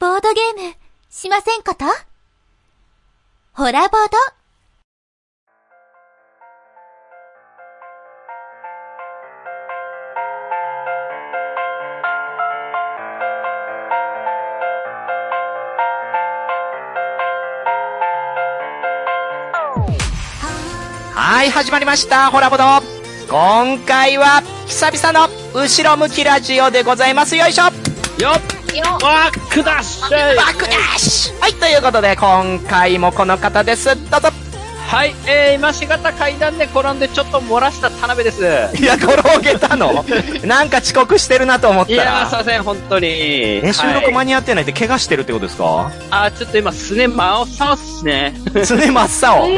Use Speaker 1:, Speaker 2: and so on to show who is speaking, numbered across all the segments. Speaker 1: ボードゲーム、しませんことホラボード。
Speaker 2: はい、始まりました、ホラボド。今回は、久々の、後ろ向きラジオでございます。よいしょバ
Speaker 3: よっわーくだっしゃい
Speaker 2: ックダッシュはい、ということで、今回もこの方です。どうぞ
Speaker 3: はい、えー、今しがた階段で転んでちょっと漏らした田辺です。
Speaker 2: いや、転げた のなんか遅刻してるなと思っ
Speaker 3: い
Speaker 2: た
Speaker 3: やー、すい
Speaker 2: ら。
Speaker 3: ません、本当に。
Speaker 2: え、収録間
Speaker 3: はい、
Speaker 2: に合ってないって怪我してるってことですか
Speaker 3: あー、ちょっと今、すね真っ青っ すね。
Speaker 2: 常真っ青。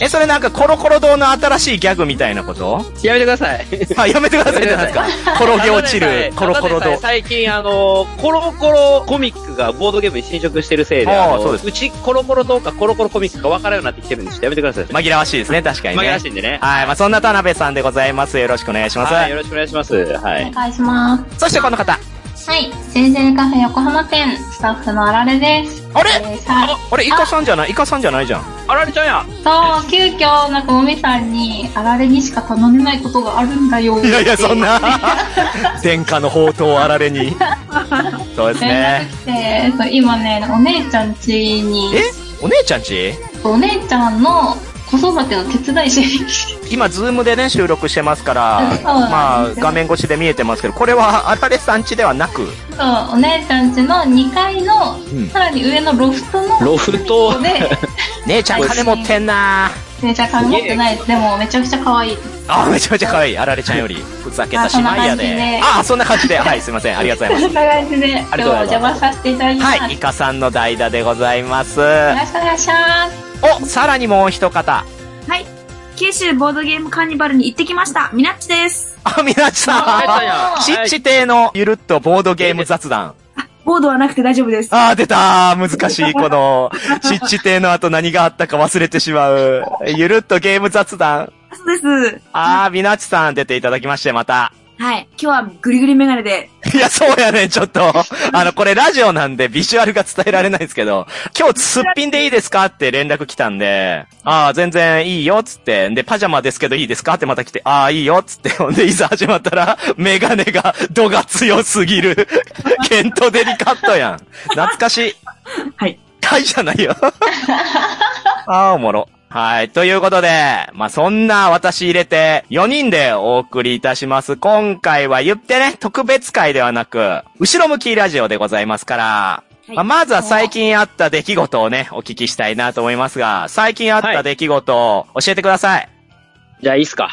Speaker 2: え、それなんかコロコロ堂の新しいギャグみたいなこと
Speaker 3: やめてください。
Speaker 2: あ、やめてくださいってなんですか転げ落ちるコ
Speaker 3: ただ
Speaker 2: ロコロ
Speaker 3: でさえ
Speaker 2: 堂
Speaker 3: ただでさ。え最近、あのーコロコロコミックがボードゲームに侵食してるせいで、
Speaker 2: あー
Speaker 3: の
Speaker 2: そうです
Speaker 3: うちコロコロどうかコロコロコミックか分からんようになってきてるんで、ちょっとやめてください。
Speaker 2: 紛らわしいですね、確かにね。
Speaker 3: 紛らわしいんでね
Speaker 2: はい、まあそんな田辺さんでございます。よろしくお願いします。
Speaker 3: はい、よろしくお願いします。はい
Speaker 4: お。願いしま
Speaker 2: そしてこの方。
Speaker 4: す。はい。ジェイジェイカフェ横浜店、スタッフのあられです。
Speaker 2: あれ
Speaker 4: えーさあ、
Speaker 2: あれ、イカさんじゃないイカさんじゃないじゃん。
Speaker 3: あられちゃんや
Speaker 4: そう、急遽、なんか、もみさんに、あられにしか頼めないことがあるんだよ。
Speaker 2: いやいや、そんな。 殿下の宝刀あられに。そうです
Speaker 4: 連
Speaker 2: ね
Speaker 4: 絡。来て、そう今ね、お姉ちゃん家に、
Speaker 2: えお姉ちゃんち
Speaker 4: お姉ちゃんの子育ての手伝いしに来て、
Speaker 2: 今、ズームでね、収録してますから、
Speaker 4: そう
Speaker 2: ま
Speaker 4: なん
Speaker 2: あ
Speaker 4: で、すよ
Speaker 2: 画面越しで見えてますけど、これは、あられさんちではなく、
Speaker 4: そう、お姉ちゃん家の2階の、
Speaker 2: ん
Speaker 4: さらに上のロフトの、
Speaker 3: ロフト
Speaker 4: で、
Speaker 2: 姉ちゃん金持ってんな
Speaker 4: めちゃ考えてないです。でも、めちゃくちゃ可愛い。
Speaker 2: あ、めちゃめちゃ可愛い。あられちゃんより、ふざけた姉妹やで。
Speaker 4: ま
Speaker 2: あ、そんな感じで。はい、すいません。ありがとうござい
Speaker 4: そ
Speaker 2: ま
Speaker 4: んな感じで、今
Speaker 3: あ
Speaker 4: 日
Speaker 3: りがとう
Speaker 4: はお
Speaker 3: ござい
Speaker 4: 邪
Speaker 3: ま
Speaker 4: 魔させていただきます
Speaker 2: す。。はい、イカさんの代打でございます。
Speaker 4: よろしくお願いします。
Speaker 2: お、さらにもう一方。
Speaker 5: はい。九州ボードゲームカーニバルに行ってきました。ミナッチです。
Speaker 2: あ、みなち
Speaker 3: あられち
Speaker 2: さ
Speaker 3: ゃんや
Speaker 2: ん。ちっち亭のゆるっとボードゲーム雑談。
Speaker 5: ボードはなくて大丈夫です。
Speaker 2: あー、出たー難しい、こ の、ちっち亭の後何があったか忘れてしまう。ゆるっとゲーム雑談。
Speaker 5: そうです。
Speaker 2: あー、みなちさん出ていただきまして、また。
Speaker 5: はい。今日はグリグリメガネで。
Speaker 2: いや、そうやね、ちょっと。あの、これラジオなんでビジュアルが伝えられないんですけど、今日すっぴんでいいですかって連絡来たんで、ああ、全然いいよ、つって。で、パジャマですけどいいですかってまた来て、ああ、いいよ、つって。 ほんで、いざ始まったら、メガネが度が強すぎる。 ケントデリカットやん。懐かしい。
Speaker 5: はい。
Speaker 2: はいじゃないよ。 ああ、おもろ。はい。ということで、まあ、そんな私入れて4人でお送りいたします。今回は言ってね、特別会ではなく、後ろ向きラジオでございますから、
Speaker 5: はい
Speaker 2: まあまずは最近あった出来事をね、お聞きしたいなと思いますが、最近あっ
Speaker 3: は
Speaker 2: た
Speaker 3: い
Speaker 2: 出来事を教えてください。
Speaker 3: じゃあ、いいっすか。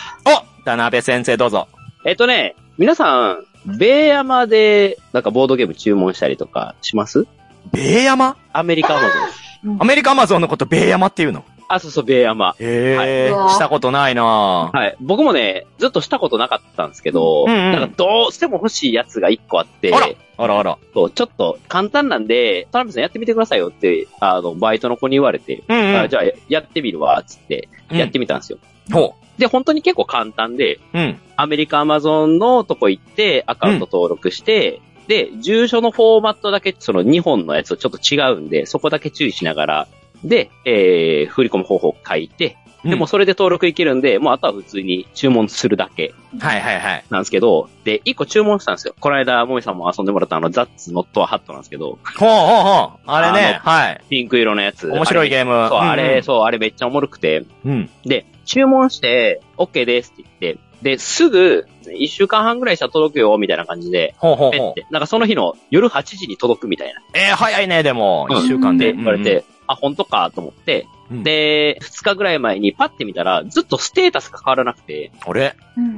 Speaker 2: お田辺先生どうぞ。
Speaker 3: えっとね、皆さん、ベーヤマで、なんかボードゲーム注文したりとかします
Speaker 2: ベーヤマ
Speaker 3: アメリカアマゾンです。
Speaker 2: アメリカアマゾンのことベーヤマっていうの
Speaker 3: あ、そうそう、ベーヤマ。
Speaker 2: へえ、
Speaker 4: はいうわ
Speaker 2: したことないなぁ。
Speaker 3: はい。僕もね、ずっとしたことなかったんですけど、
Speaker 2: うんうん
Speaker 3: なんかどうしても欲しいやつが一個あって、
Speaker 2: あらあらあら。
Speaker 3: そうちょっと簡単なんで、田辺さんやってみてくださいよって、あの、バイトの子に言われて、
Speaker 2: うんうん。
Speaker 3: あじゃあやってみるわ、つって、
Speaker 2: うん
Speaker 3: やってみたんですよ。
Speaker 2: ほ
Speaker 3: で、本当に結構簡単で、
Speaker 2: う。うん。
Speaker 3: アメリカアマゾンのとこ行って、アカウント登録して、で、住所のフォーマットだけ、その2本のやつとちょっと違うんで、そこだけ注意しながら、で、えー、振り込む方法を書いて、でもうそれで登録いけるんで、もうあとは普通に注文するだけ
Speaker 2: うん、はいはいはい。
Speaker 3: なんですけど、で、1個注文したんですよ。この間、もみさんも遊んでもらったあの、ザッツノットアハットなんですけど、
Speaker 2: ほうほうほう。あれね、はい。
Speaker 3: ピンク色のやつ。
Speaker 2: 面白いゲーム。
Speaker 3: あれそう、あれ、そう、あれめっちゃおもろくて、
Speaker 2: うん。うん。
Speaker 3: で、注文して、OK ですって言って、で、すぐ、1週間半ぐらいしたら届くよ、みたいな感じで、
Speaker 2: ほうほう
Speaker 3: ペ
Speaker 2: ほ
Speaker 3: ッ
Speaker 2: う
Speaker 3: て。。なんかその日の夜8時に届くみたいな。
Speaker 2: えー、早いね、でも、
Speaker 3: うん
Speaker 2: 一週間
Speaker 3: で、
Speaker 2: で。
Speaker 3: 言われて、あ、本当かと思って、
Speaker 2: うん、で、
Speaker 3: で、2日ぐらい前にパッて見たら、ずっとステータスが変わらなくて、
Speaker 2: あれ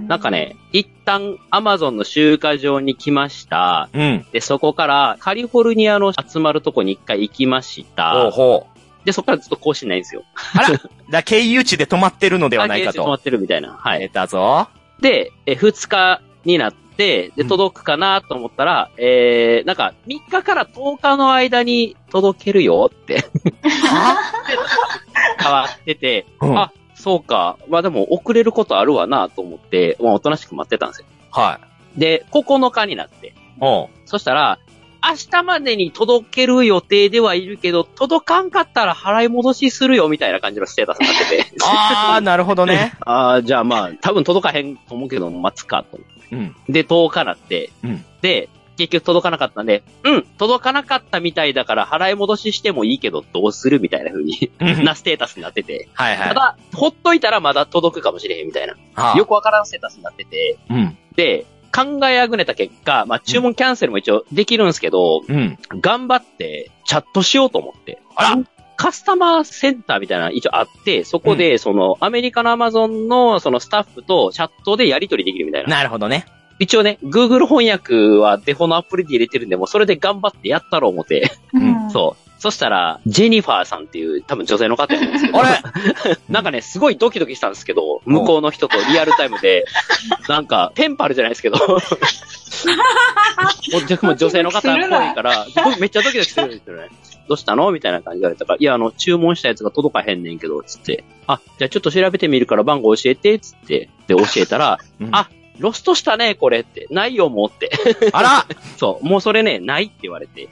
Speaker 3: なんかね、一旦 Amazon の集荷場に来ました。
Speaker 2: うん。
Speaker 3: で、そこからカリフォルニアの集まるとこに一回行きまし
Speaker 2: ほう
Speaker 3: た。
Speaker 2: ほう。
Speaker 3: で、そこからずっと更新ないんですよ。
Speaker 2: だ、経由地で止まってるのではないか
Speaker 3: あ経営者止ま
Speaker 2: と。
Speaker 3: ってるみたいな。はい。
Speaker 2: 出たぞ。
Speaker 3: で、え、2日になって、で、
Speaker 2: うん
Speaker 3: 届くかなと思ったら、えー、なんか、3日から10日の間に届けるよって、
Speaker 2: は
Speaker 3: 変わってて、
Speaker 2: うん
Speaker 3: あ、そうか。まあでも、遅れることあるわなと思って、まあ、おとなしく待ってたんですよ。
Speaker 2: はい。
Speaker 3: で、9日になって、
Speaker 2: おう。。
Speaker 3: そしたら、明日までに届ける予定ではいるけど、届かんかったら払い戻しするよみたいな感じのステータスになってて
Speaker 2: ああ、なるほどね。
Speaker 3: ああ、じゃあまあ、多分届かへんと思うけど、待つかと。
Speaker 2: うん。
Speaker 3: で、10日なって。
Speaker 2: うん
Speaker 3: で、結局届かなかったんで、うん、届かなかったみたいだから払い戻ししてもいいけど、どうするみたいな風に、
Speaker 2: うん
Speaker 3: なステータスになってて。
Speaker 2: はいはい
Speaker 3: た。だ、ほっといたらまだ届くかもしれへんみたいな。
Speaker 2: あー
Speaker 3: よくわからんステータスになってて。
Speaker 2: うん。
Speaker 3: で、考えあぐねた結果、まあ注文キャンセルも一応できるんですけど、
Speaker 2: うん。
Speaker 3: 頑張ってチャットしようと思って。
Speaker 2: あ
Speaker 3: らカスタマーセンターみたいなの一応あって、そこで、その、アメリカのアマゾンの、そのスタッフとチャットでやり取りできるみたいな。
Speaker 2: なるほどね。
Speaker 3: 一応ね、Google 翻訳はデフォのアプリで入れてるんで、もうそれで頑張ってやったろう思って。
Speaker 2: ん
Speaker 4: う。
Speaker 3: そう。そしたら、ジェニファーさんっていう、多分女性の方やと思うんですけど。
Speaker 2: あ
Speaker 3: なんかね、すごいドキドキしたんですけど、向こうの人とリアルタイム で、なんか、ペンパルじゃないですけ ど、もうでも女性の方っぽいから、僕めっちゃドキドキするんですよね。どうしたのみたいな感じで言われたから、いや、あの、注文したやつが届かへんねんけど、つって、あ、じゃあちょっと調べてみるから番号教えて、つって、で、教えた ら、
Speaker 2: うん
Speaker 3: あ、ロストしたね、これって。ないよ、もうって。
Speaker 2: れあら
Speaker 3: そう、もうそれね、ないって言われて。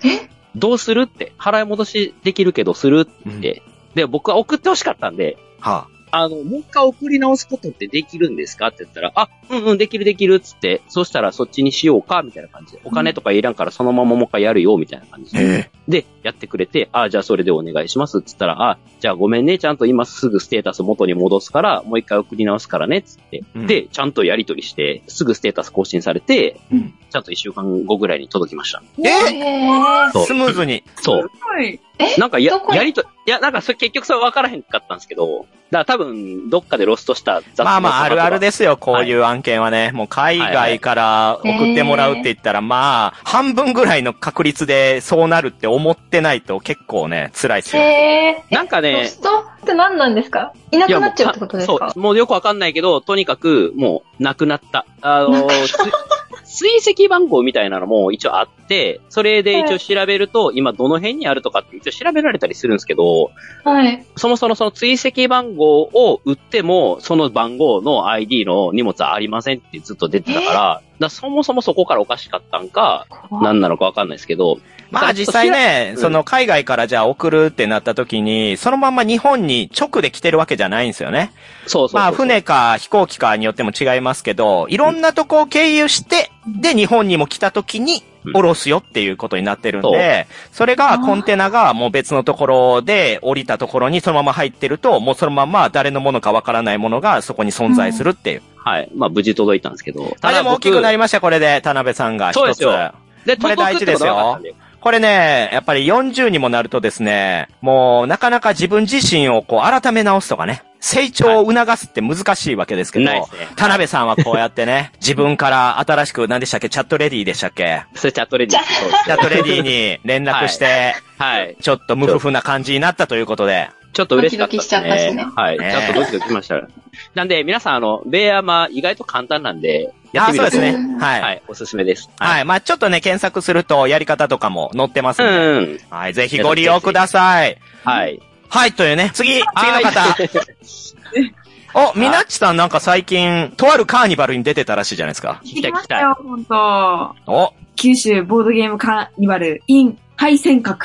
Speaker 3: どうするって。払い戻しできるけど、するって。で、僕は送ってほしかったんで、
Speaker 2: は
Speaker 3: あの、もう一回送り直すことってできるんですかって言ったら、あ、うんうん、できるできるっつって、そしたらそっちにしようか、みたいな感じで。お金とかいらんからそのままもう一回やるよ、みたいな感じ
Speaker 2: あ
Speaker 3: で。
Speaker 2: え
Speaker 3: で、やってくれて、あ、じゃあそれでお願いしますっつったら、あ、じゃあごめんね、ちゃんと今すぐステータス元に戻すから、もう一回送り直すからね、つって。
Speaker 2: うん
Speaker 3: で、ちゃんとやり取りして、すぐステータス更新されて、
Speaker 2: うん
Speaker 3: ちゃんと一週間後ぐらいに届きました。
Speaker 2: え
Speaker 4: え
Speaker 3: そう
Speaker 2: スムーズに。
Speaker 3: そう。
Speaker 5: はい。
Speaker 3: なんかや
Speaker 4: ど、こへ
Speaker 3: やりと、いや、なんかそれ結局それ分からへんかったんですけど、だから多分、どっかでロストした雑
Speaker 2: まあまあ、あるある
Speaker 3: で
Speaker 2: ですよ、こういう案件はね。もう海外から送ってもらうって言ったら、まあ、半分ぐらいの確率でそうなるって思ってないと結構ね、辛いです
Speaker 4: え
Speaker 2: よ。
Speaker 4: え
Speaker 3: なんか
Speaker 6: ロ
Speaker 3: ね、
Speaker 6: ストって何なんですかいなくなっちゃうってことですか
Speaker 3: そう、もうよくわかんないけど、とにかく、もう、なくなった。あの、す追跡番号みたいなのも一応あって、それで一応調べると、今どの辺にあるとかって一応調べられたりするんですけど、
Speaker 4: はい。
Speaker 3: そもそもその追跡番号を売っても、その番号の ID の荷物はありませんってずっと出てたから、だからそもそもそこからおかしかったんか、何なのかわかんないですけど、
Speaker 2: まあ実際ね、
Speaker 3: うん
Speaker 2: その海外からじゃあ送るってなった時に、そのまんま日本に直で来てるわけじゃないんですよね。
Speaker 3: そうそうそう
Speaker 2: まあ船か飛行機かによっても違いますけど、いろんなとこを経由して、で日本にも来た時に
Speaker 3: うん
Speaker 2: 降ろすよっていうことになってるんで、それがコンテナがもう別のところで降りたところにそのまま入ってると、もうそのまま誰のものかわからないものがそこに存在するっていう。
Speaker 3: はい。まあ無事届いたんですけど。
Speaker 2: あ、でも大きくな
Speaker 3: り、
Speaker 2: りました、これで、田辺さんが一つ。
Speaker 3: そうですよで、
Speaker 2: これ
Speaker 3: 届くってことは分かったんで
Speaker 2: これね、やっぱり40にもなるとですね、もうなかなか自分自身をこう改め直すとかね、成長を促すって難しいわけですけど、
Speaker 3: ないですね
Speaker 2: 田辺さんはこうやって ね、自分から新しく何でしたっけ、チャットレディでしたっけ
Speaker 3: それチャットレディです。そうです
Speaker 2: チャットレディに連絡して、
Speaker 3: はい。
Speaker 2: ちょっと無夫婦な感じになったということで、
Speaker 3: ちょっと嬉しかったです
Speaker 4: ドキドキしちゃったし
Speaker 3: ね
Speaker 4: ね。
Speaker 3: はい。ち
Speaker 2: ね
Speaker 3: ょっとドキドキしました。なんで、皆さん、あの、ベーアマ意外と簡単なんで、やってみる
Speaker 2: あ、
Speaker 3: と
Speaker 2: そうですね。はい。は。
Speaker 3: はいい、おすすめです。
Speaker 2: まあちょっとね、検索するとやり方とかも載ってます
Speaker 3: うん
Speaker 2: で、
Speaker 3: ん。
Speaker 2: はい、ぜひご利用ください。
Speaker 3: はい。
Speaker 2: はい、というね、次、次の方。
Speaker 3: はい。
Speaker 2: お、みなっちさんなんか最近、とあるカーニバルに出てたらしいじゃないですか。
Speaker 5: 行ってきましたよ、ほんと。
Speaker 2: お、
Speaker 5: 九州ボードゲームカーニバル in 敗戦閣。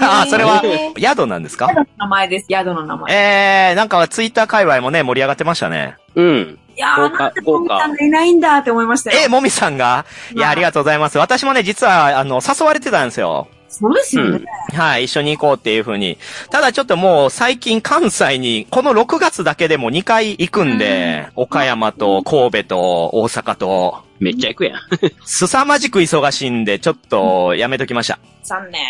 Speaker 2: あ、それは
Speaker 6: え、
Speaker 2: 宿なんですか
Speaker 5: 宿の名前です、宿の名前。
Speaker 2: えー、なんかツイッター界隈もね、盛り上がってましたね。
Speaker 3: うん。
Speaker 5: いやー、
Speaker 3: 豪華
Speaker 5: なんでこんなんがいないんだって思いましたよ。
Speaker 2: え、もみさんがいや、ありがとうございます。私もね、実は、あの、誘われてたんですよ。
Speaker 5: そうですよね。
Speaker 2: はい、一緒に行こうっていう風に。ただちょっともう、最近関西に、この6月だけでも2回行くんで、岡山と神戸と大阪と、
Speaker 3: めっちゃ行く やん。
Speaker 2: 凄まじく忙しいんで、ちょっと、やめときました。
Speaker 5: 残念。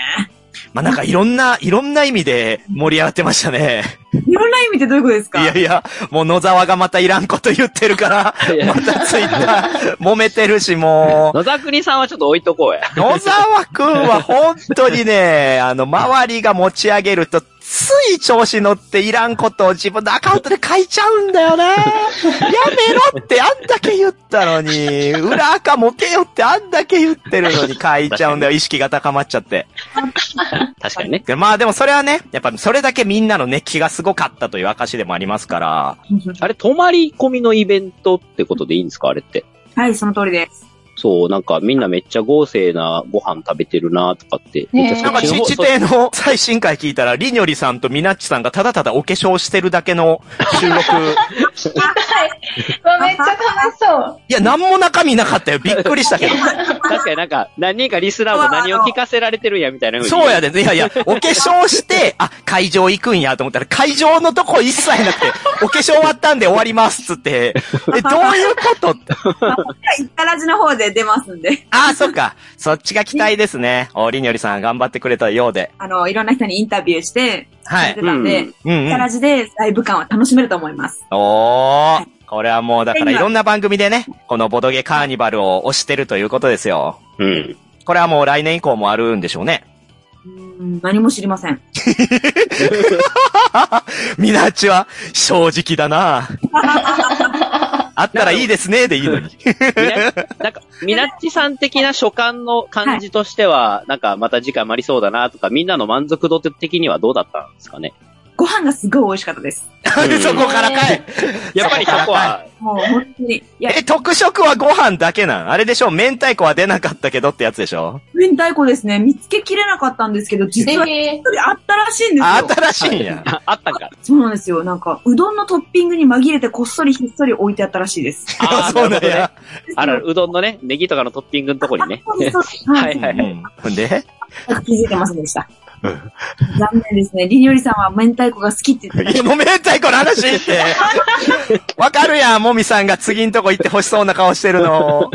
Speaker 2: まあ、なんかいろんな、いろんな意味で盛り上がってましたね。
Speaker 5: いろんな意味ってどういうことですか
Speaker 2: いやいや、もう野沢がまたいらんこと言ってるから、またツイッタ ー揉めてるし、もう。
Speaker 3: 野沢国さんはちょっと置いとこうや。
Speaker 2: 野沢くんは本当にね、 あの、周りが持ち上げると、つい調子乗っていらんことを自分のアカウントで書いちゃうんだよね。やめろってあんだけ言ったの に、裏垢持てよってあんだけ言ってるのに書いちゃうんだよ。意識が高まっちゃって。
Speaker 3: 確かにね。
Speaker 2: でまあでもそれはね、やっぱそれだけみんなの熱気がすごかったという証でもありますから、
Speaker 3: あれ、泊まり込みのイベントってことでいいんですかあれって。
Speaker 5: はい、その通りです。
Speaker 3: そう、なんかみんなめっちゃ豪勢なご飯食べてるなとかって。
Speaker 6: ねえ
Speaker 3: めっちゃ
Speaker 2: なん
Speaker 3: そ
Speaker 2: か、
Speaker 3: っちの
Speaker 2: ち
Speaker 3: 方
Speaker 2: ち亭の最新回聞いたら、りにょりさんとみなっちさんがただただお化粧してるだけの収録。
Speaker 6: わめっちゃ楽しそう。
Speaker 2: いや、なんも中身なかったよ。びっくりしたけど。
Speaker 3: 確かになんか、何人かリスナーも何を聞かせられてるんやみたいな風に
Speaker 2: そうやで、ね。いやいや、お化粧して、あ、会場行くんやと思ったら、会場のとこ一切なくて、お化粧終わったんで終わりますっつって。え、どういうこと
Speaker 5: イタラジの方で出ますんで、
Speaker 2: ああ、そっか。そっちが期待ですね。おりにょりさん頑張ってくれたようで。
Speaker 5: あの、いろんな人にインタビューして、
Speaker 2: は
Speaker 5: 出
Speaker 2: い。
Speaker 5: たん
Speaker 3: う
Speaker 5: で、
Speaker 3: ん
Speaker 5: イ
Speaker 2: うんう
Speaker 5: タ
Speaker 2: ん。
Speaker 5: ラジでライブ感は楽しめると思います。
Speaker 2: おー。これはもう、だからいろんな番組でね、このボドゲカーニバルを推してるということですよ。
Speaker 3: うん。
Speaker 2: これはもう来年以降もあるんでしょうね。
Speaker 5: うーん何も知りません。
Speaker 2: みなっちは、正直だなあったらいいですね、でいいのに。
Speaker 3: みななんか、みなっちさん的な所感の感じとしては、なんかまた次回もありそうだなとか、みんなの満足度的にはどうだったんですかね
Speaker 5: ご飯がすごい美味しかったです。
Speaker 3: うん
Speaker 2: そこからかい。
Speaker 3: やっぱりそこは、
Speaker 5: もう本当に。いや、
Speaker 2: え、特色はご飯だけなんあれでしょ明太子は出なかったけどってやつでしょ
Speaker 5: 明太子ですね。見つけきれなかったんですけど、実は一
Speaker 6: え
Speaker 5: 人あったらしいんですよ。
Speaker 2: あ、新しいんや。
Speaker 3: ああったんか。
Speaker 5: そうなんですよ。なんか、うどんのトッピングに紛れてこっそりひっそり置いてあったらしいです。
Speaker 3: あー
Speaker 2: そうなん
Speaker 3: なる
Speaker 2: や。
Speaker 3: あら、うどんのね、ネギとかのトッピングのとこにね。
Speaker 5: そうですそうです
Speaker 3: は
Speaker 5: はいい。
Speaker 3: はいは
Speaker 2: う
Speaker 3: い。
Speaker 2: ん。ほんで
Speaker 5: 気づいてませんでした
Speaker 2: うん。
Speaker 5: 残念ですね。りにょりさんは明太子が好きって言って
Speaker 2: いや、もう明太子の話って。わかるやん、もみさんが次んとこ行って欲しそうな顔してるの。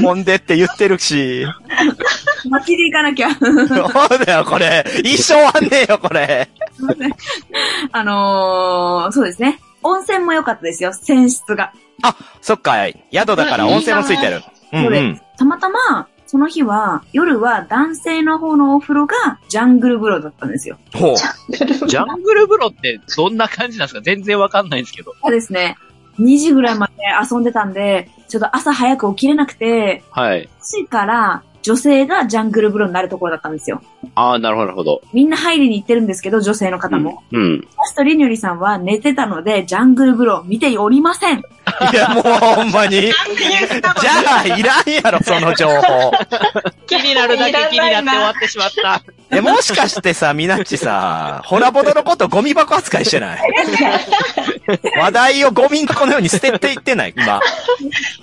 Speaker 2: もんでって言ってるし。
Speaker 5: た。巻きでいかなきゃ。す
Speaker 2: そうだよ、これ。一生あんねえよ、これ。
Speaker 5: いませんあのー、そうですね。温泉も良かったですよ。泉質が。
Speaker 2: あ、そっか、宿だから温泉もついてる。うん
Speaker 5: そう
Speaker 2: う
Speaker 5: です
Speaker 2: ん。
Speaker 5: たまたま、その日は、夜は男性の方のお風呂がジャングル風呂だったんですよ。
Speaker 2: ほう。
Speaker 3: ジャングル風呂ってどんな感じなんですか全然わかんないんですけど。
Speaker 5: そうですね。2時ぐらいまで遊んでたんで、ちょっと朝早く起きれなくて、
Speaker 3: はい。
Speaker 5: 8時から女性がジャングル風呂になるところだったんですよ。
Speaker 3: ああ、なるほど、なるほど。
Speaker 5: みんな入りに行ってるんですけど、女性の方も。
Speaker 3: うん。うん。
Speaker 5: 私とリニュリさんは寝てたので、ジャングル風呂を見ておりません。
Speaker 2: いや、もうほんまに。じゃあ、いらんやろ、その情報。
Speaker 3: 気になるだけ気になって終わってしまった。
Speaker 2: え、もしかしてさ、みなっちさ、ホラボドのことゴミ箱扱いしてない話題をゴミ箱のように捨てていってない今。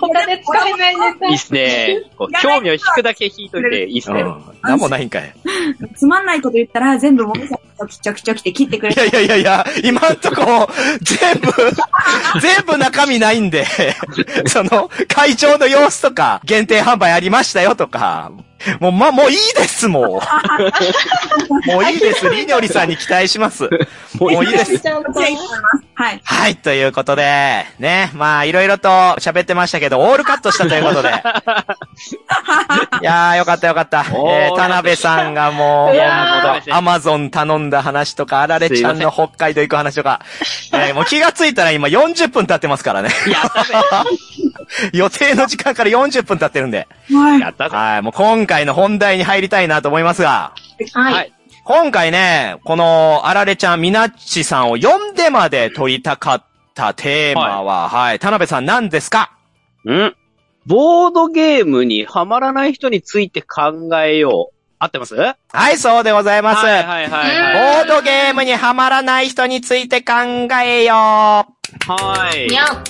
Speaker 6: 他で使えないネタ
Speaker 3: いいっすね。 こう興味を引くだけ引いといていいっす
Speaker 2: う
Speaker 3: ね。
Speaker 2: ん。なんもないんかい。
Speaker 5: つまんないこと言ったら、全部もみさんがちょきちょきちょきって切ってくれ
Speaker 2: いや
Speaker 5: て、
Speaker 2: いやいやいや、今んとこ、全部、全部中身ないんで、その、会場の様子とか、限定販売ありましたよとか、もう、ま、もういいです、もう。もういいです。りにょりさんに期待します。もういいです。
Speaker 6: ちゃんと。
Speaker 5: はい。
Speaker 2: はい、ということで、ね、まあ、いろいろと喋ってましたけど、オールカットしたということ で。いやー、よかったよかった。
Speaker 3: おー
Speaker 2: えー、田辺さんがもう、
Speaker 6: いや
Speaker 3: ー
Speaker 2: もうアマゾン頼んだ話とか、あられちゃんの北海道行く話と か、えー、もう気がついたら今40分経ってますからね。
Speaker 3: いやったぜ。
Speaker 2: 予定の時間から40分経ってるんで。
Speaker 5: はい。
Speaker 3: やったぜ。
Speaker 2: はい、もう今回の本題に入りたいなと思いますが、
Speaker 3: は
Speaker 6: はいい。
Speaker 2: 今回ね、この、あられちゃん、みなっちさんを読んでまで撮りたかったテーマは、はい、田辺さん何ですか
Speaker 3: うんボードゲームにハマらない人について考えよう。合ってますはい
Speaker 2: はい、そうでございます。
Speaker 3: はいはいはい。
Speaker 2: ボードゲームにハマらない人について考えよ
Speaker 3: はい。
Speaker 4: にゃん。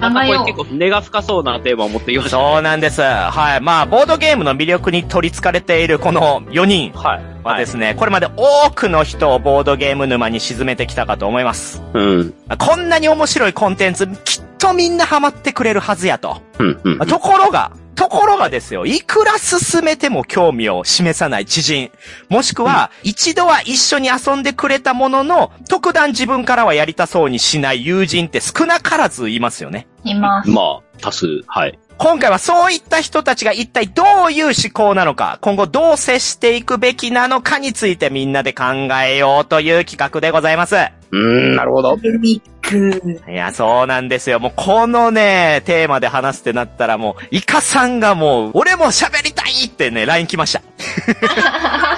Speaker 3: な
Speaker 4: 名
Speaker 3: んか
Speaker 4: 前
Speaker 3: これ
Speaker 4: を。
Speaker 3: 結構根が深そうなテーマを持ってきま
Speaker 2: う。
Speaker 3: したね。
Speaker 2: そうなんです。はい。まあ、ボードゲームの魅力に取り憑かれているこの4人
Speaker 3: はい。。
Speaker 2: はですすね、これまで多くの人をボードゲーム沼に沈めてきたかと思います。
Speaker 3: うん。
Speaker 2: こんなに面白いコンテンツ、きっとみんなハマってくれるはずやと。
Speaker 3: うん。うん。
Speaker 2: ところが、ところがですよ、いくら進めても興味を示さない知人、もしくは、一度は一緒に遊んでくれたものの、特段自分からはやりたそうにしない友人って少なからずいますよね。
Speaker 4: います。
Speaker 3: まあ、多数。はい。
Speaker 2: 今回はそういった人たちが一体どういう思考なのか、今後どう接していくべきなのかについてみんなで考えようという企画でございます。
Speaker 3: うーん、なるほど。
Speaker 5: エミック。
Speaker 2: いや、そうなんですよ。もうこのね、テーマで話すってなったらもう、イカさんがもう、俺も喋りたいってね、LINE 来ました。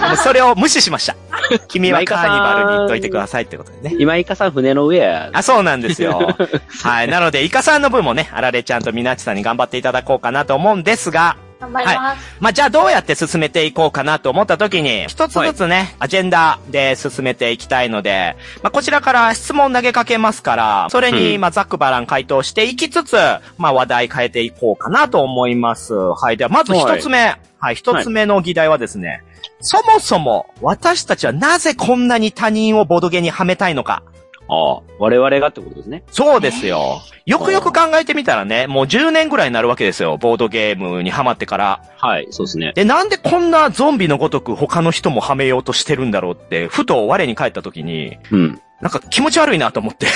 Speaker 2: もうそれを無視しました。君はカーニバルに行っといてくださいってことでね。
Speaker 3: 今、イカさん船の上や。
Speaker 2: あ、そうなんですよ。はい。なので、イカさんの分もね、あられちゃんとみなっちさんに頑張っていただこうかなと思うんですが、
Speaker 4: 頑張ります。
Speaker 2: まあ、じゃあどうやって進めていこうかなと思った時に、一つずつね、アジェンダで進めていきたいので、まあ、こちらから質問投げかけますから、それに、
Speaker 3: うん
Speaker 2: まあ、ざっくばらん回答していきつつ、まあ、話題変えていこうかなと思います。はい。では、まず一つ目。はい、一、つ目の議題はですね、そもそも、私たちはなぜこんなに他人をボドゲにはめたいのか。
Speaker 3: ああ、我々がってことですね。
Speaker 2: そうですよ。よくよく考えてみたらね、もう10年ぐらいになるわけですよ。ボードゲームにハマってから。
Speaker 3: はい、そうですね。
Speaker 2: で、なんでこんなゾンビのごとく他の人もはめようとしてるんだろうって、ふと我に返った時に、
Speaker 3: うん。
Speaker 2: なんか気持ち悪いなと思って。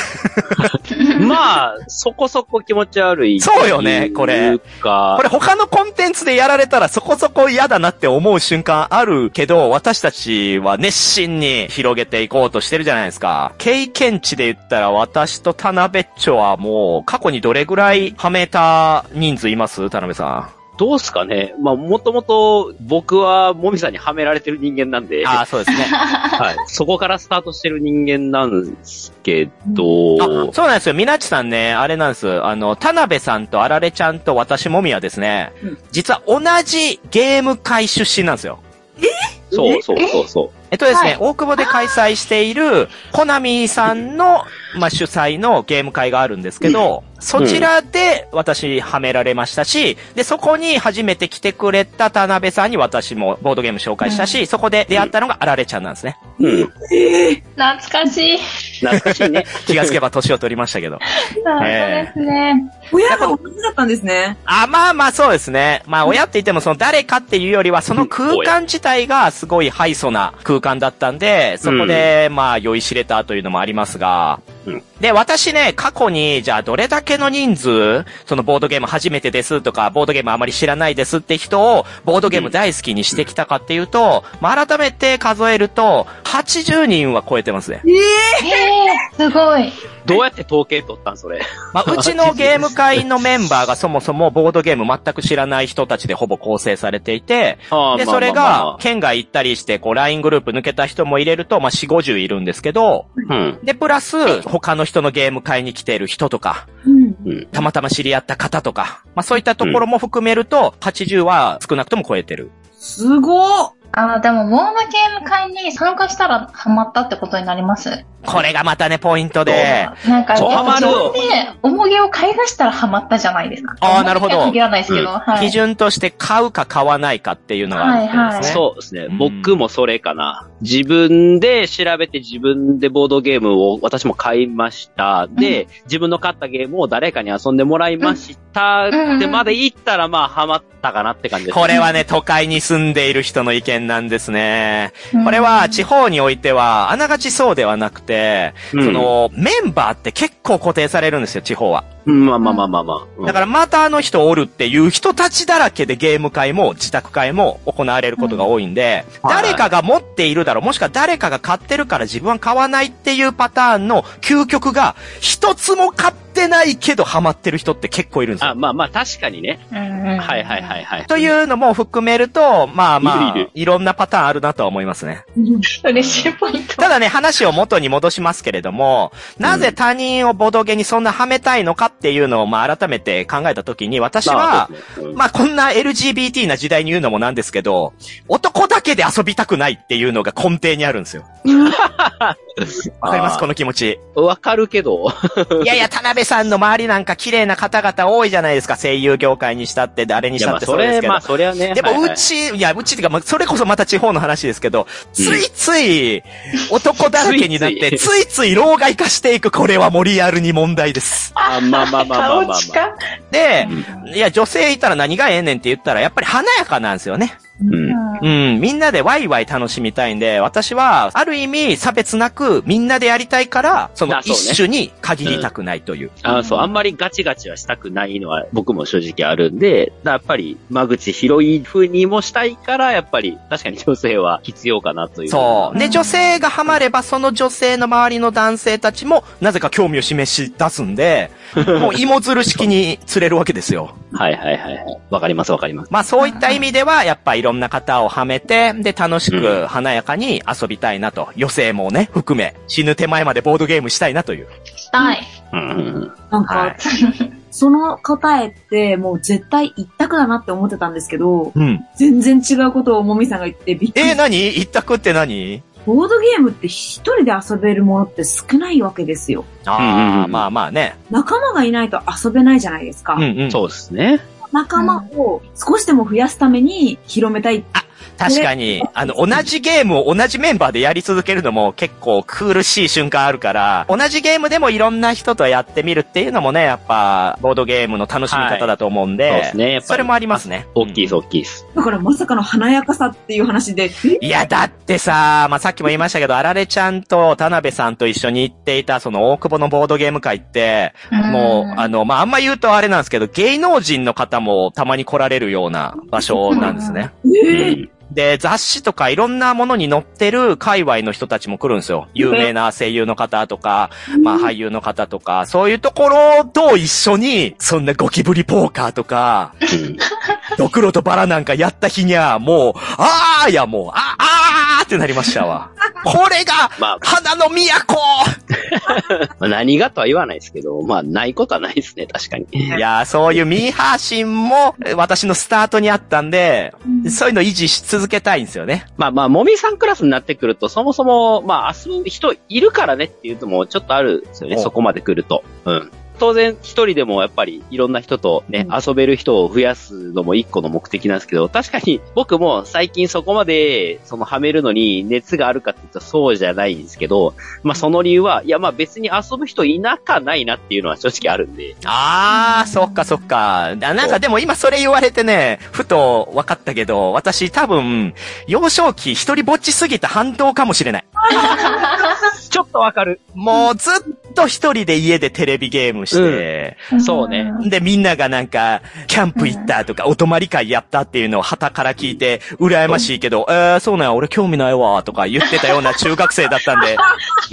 Speaker 3: まあ、そこそこ気持ち悪い。
Speaker 2: そうよねこれ。
Speaker 3: か
Speaker 2: こ、れ他のコンテンツでやられたらそこそこ嫌だなって思う瞬間あるけど、私たちは熱心に広げていこうとしてるじゃないですか。経験値で言ったら私と田辺っちょはもう過去にどれぐらいはめた人数います田辺さ
Speaker 3: どうすかねまあ、もともと僕はもみさんにはめられてる人間なんで、
Speaker 2: ん。 ああ、そうですね。
Speaker 3: はい。そこからスタートしてる人間なんですけ
Speaker 2: あ
Speaker 3: ど、
Speaker 2: そうなんですよ。みなちさんね、あれなんです。あの、田辺さんとあられちゃんと私もみはですね、
Speaker 5: うん
Speaker 2: 実は同じゲーム会出身なんですよ。
Speaker 3: そうそうそうそ
Speaker 2: えっとですね、
Speaker 4: はい
Speaker 2: 大久保で開催している、コナミさんの、まあ、主催のゲーム会があるんですけど、そちらで私はめられましたし、で、そこに初めて来てくれた田辺さんに私もボードゲーム紹介したし、そこで出会ったのがあられちゃんなんですね。
Speaker 3: う。うん。
Speaker 4: 懐かしい。
Speaker 3: 懐か しいね。
Speaker 2: 気がつけば年を取りましたけど。
Speaker 4: そうですね。
Speaker 5: 親が同じだったんですね。
Speaker 2: あ、まあまあそうですね。まあ親って言ってもその誰かっていうよりはその空間自体がすごいハイソな空間だったんで、そこでまあ酔いしれたというのもありますが
Speaker 3: うん。
Speaker 2: で、私ね、過去に、じゃあどれだけの人数、そのボードゲーム初めてですとか、ボードゲームあまり知らないですって人を、ボードゲーム大好きにしてきたかっていうと、まあ改めて数えると、80人は超えてますね。
Speaker 4: えー、すごい。
Speaker 3: どうやって統計取ったんそれ。
Speaker 2: まあ、うちのゲーム会のメンバーがそもそもボードゲーム全く知らない人たちでほぼ構成されていて、
Speaker 3: ああ
Speaker 2: で、
Speaker 3: まあ
Speaker 2: それ
Speaker 3: まあ
Speaker 2: が、県外行ったりして、こう、LINE グループ抜けた人も入れると、まあ、4、50いるんですけど、
Speaker 3: まあうん。
Speaker 2: で、プラス、他の人のゲーム会に来てる人とか、
Speaker 5: うん。
Speaker 3: うん。
Speaker 2: たまたま知り合った方とか、まあ、そういったところも含めると、80は少なくとも超えてる。
Speaker 5: すごっ
Speaker 4: あーでも、ボードゲーム会に参加したらハマったってことになります。
Speaker 2: これがまたね、ポイントで、
Speaker 4: なんか、
Speaker 3: そう
Speaker 4: やっぱ
Speaker 3: ハマる
Speaker 4: 自分で、重げを買い出したらハマったじゃないですか。
Speaker 2: あーなるほど
Speaker 4: 重げには限らないですけど、
Speaker 3: う
Speaker 4: はい。
Speaker 2: 基準として買うか買わないかっていうのがあるんですね。
Speaker 4: はいはい
Speaker 3: そうですね
Speaker 2: う。ん
Speaker 3: 僕もそれかな。自分で調べて自分でボードゲームを私も買いました。で、自分の買ったゲームを誰かに遊んでもらいました。
Speaker 4: うん
Speaker 3: で、まで行ったらまあハマったかなって感じです。
Speaker 2: これはね、都会に住んでいる人の意見なんですね。
Speaker 4: うん
Speaker 2: これは、地方においては、あながちそうではなくて、
Speaker 3: うん
Speaker 2: そ、の、メンバーって結構固定されるんですよ、地方は。
Speaker 3: うんまあまあまあまあまあ。、
Speaker 2: だかららまたあの人おるっていう人たちだらけでゲーム会も自宅会も行われることが多いんで、
Speaker 3: うん
Speaker 2: 誰かが持っているだろう、もしくは誰かが買ってるから自分は買わないっていうパターンの究極が、一つも買ってないけどハマってる人って結構いるんです
Speaker 3: あ、
Speaker 2: よ。
Speaker 3: まあまあ確かにね。
Speaker 4: うんうん
Speaker 3: はいはいはいはい。
Speaker 2: というのも含めると、まあま
Speaker 3: いるい
Speaker 2: あ
Speaker 3: る、
Speaker 2: いろんなパターンあるなとは思いますね。
Speaker 4: 嬉しいポイント。
Speaker 2: ただね、話を元に戻しますけれども、なぜ他人をボドゲにそんなはめたいのかっていうのを、まあ改めて考えたときに、私
Speaker 3: まあ
Speaker 2: は
Speaker 3: そう、ですねうん
Speaker 2: まあこんな LGBT な時代に言うのもなんですけど、男だけで遊びたくないっていうのが根底にあるん ですよ。わかりますこの気持ち。
Speaker 3: わかるけど。
Speaker 2: いやいや、田辺さんの周りなんか綺麗な方々多いじゃないですか。声優業界にしたって、誰に
Speaker 3: い
Speaker 2: し
Speaker 3: や
Speaker 2: た
Speaker 3: ま
Speaker 2: っ
Speaker 3: あ
Speaker 2: て
Speaker 3: そ
Speaker 2: そうです
Speaker 3: れ、
Speaker 2: けど
Speaker 3: まあ。それはね。
Speaker 2: で
Speaker 3: はい
Speaker 2: も、
Speaker 3: はいう
Speaker 2: ち、いや、うちっていうか、まあ、それこそまた地方の話ですけど、ついつい、男だらけになって、
Speaker 3: つ
Speaker 2: ついつい老害化していく、これはモリアルに問題です。
Speaker 3: あまあまあまあまあまあま
Speaker 6: 顔
Speaker 3: あ。
Speaker 6: 近
Speaker 2: で
Speaker 3: う、
Speaker 2: いや、女性いたら何がええねんって言ったら、やっぱり華やかなんですよね。
Speaker 3: うん。
Speaker 2: うん、みんなでワイワイ楽しみたいんで、私は、ある意味、差別なく、みんなでやりたいから、その
Speaker 3: あそうね
Speaker 2: 一種に限りたくないという。
Speaker 3: あそう、あんまりガチガチはしたくないのは僕も正直あるんで、だやっぱり間口広い風にもしたいから、やっぱり確かに女性は必要かなという。
Speaker 2: そう。
Speaker 4: う
Speaker 2: で、
Speaker 4: ん
Speaker 2: 女性がハマれば、その女性の周りの男性たちも、なぜか興味を示し出すん で、もう芋づる式に釣れるわけですよ。
Speaker 3: はいはいはいはい。わかりますわかります。
Speaker 2: まあそういった意味では、やっぱいろんな方をはめて、で、楽しく華やかに遊びたいなと。余生もね、含め、死ぬ手前までボードゲームしたいなという。
Speaker 4: したい。
Speaker 3: うん。
Speaker 5: なんか、
Speaker 2: はい
Speaker 5: その答えってもう絶対一択だなって思ってたんですけど、
Speaker 2: うん。
Speaker 5: 全然違うことをもみさんが言ってびっくり
Speaker 2: えー、何一択って何
Speaker 5: ボードゲームって一人で遊べるものって少ないわけですよ。
Speaker 3: うんうん
Speaker 2: あ
Speaker 3: う
Speaker 2: あ、
Speaker 3: ん
Speaker 2: まあまあね。
Speaker 5: 仲間がいないと遊べないじゃないですか。
Speaker 2: うんうん。
Speaker 3: そうですね。
Speaker 5: 仲間を少しでも増やすために広めたい。
Speaker 2: 確かに、あの、同じゲームを同じメンバーでやり続けるのも結構苦しい瞬間あるから、同じゲームでもいろんな人とやってみるっていうのもね、やっぱ、ボードゲームの楽しみ方だと思うんで、
Speaker 3: はいそうですねやっぱり
Speaker 2: それもありますね。
Speaker 3: 大きいです、
Speaker 2: うん
Speaker 3: 大きいです。
Speaker 5: だからまさかの華やかさっていう話で、え
Speaker 2: いや、だってさ、まあ、さっきも言いましたけど、あられちゃんと田辺さんと一緒に行っていた、その大久保のボードゲーム会って、もう、あの、まあ、あんま言うとあれなんですけど、芸能人の方もたまに来られるような場所なんですね。
Speaker 3: う
Speaker 5: え
Speaker 3: ん。
Speaker 2: で、雑誌とかいろんなものに載ってる界隈の人たちも来るんですよ。有名な声優の方とか、まあ俳優の方とか、そういうところと一緒に、そんなゴキブリポーカーと か、ドクロとバラなんかやった日にゃ、もう、あーやもう、あ、あーってなりましたわ。これが、
Speaker 3: ま
Speaker 2: 花の都
Speaker 3: あ、何がとは言わないですけど、まあ、ないことはないですね、確かに。
Speaker 2: いやー、そういうミーハー心も、私のスタートにあったんで、そういうの維持し続けたいんですよね。
Speaker 3: まあまあ、もみさんクラスになってくると、そもそも、まあ、遊ぶ人いるからねっていうのもちょっとあるんですよね、
Speaker 2: うん
Speaker 3: そこまで来ると。うん。当然、一人でもやっぱりいろんな人とね、遊べる人を増やすのも一個の目的なんですけど、確かに僕も最近そこまで、その、はめるのに熱があるかって言ったらそうじゃないんですけど、まあその理由は、いやまあ別に遊ぶ人いなかないなっていうのは正直あるんで、
Speaker 2: あー、そっかそっか。だなんかでも今それ言われてね、ふと分かったけど、私多分、幼少期一人ぼっちすぎた反動かもしれない。
Speaker 3: ちょっとわかる。
Speaker 2: もうずっと一人で家でテレビゲームして、
Speaker 3: そうね。
Speaker 2: でみんながなんか、キャンプ行ったとか、お泊まり会やったっていうのを旗から聞いて、羨ましいけど、えー、そうなんや、俺興味ないわ、とか言ってたような中学生だったん で、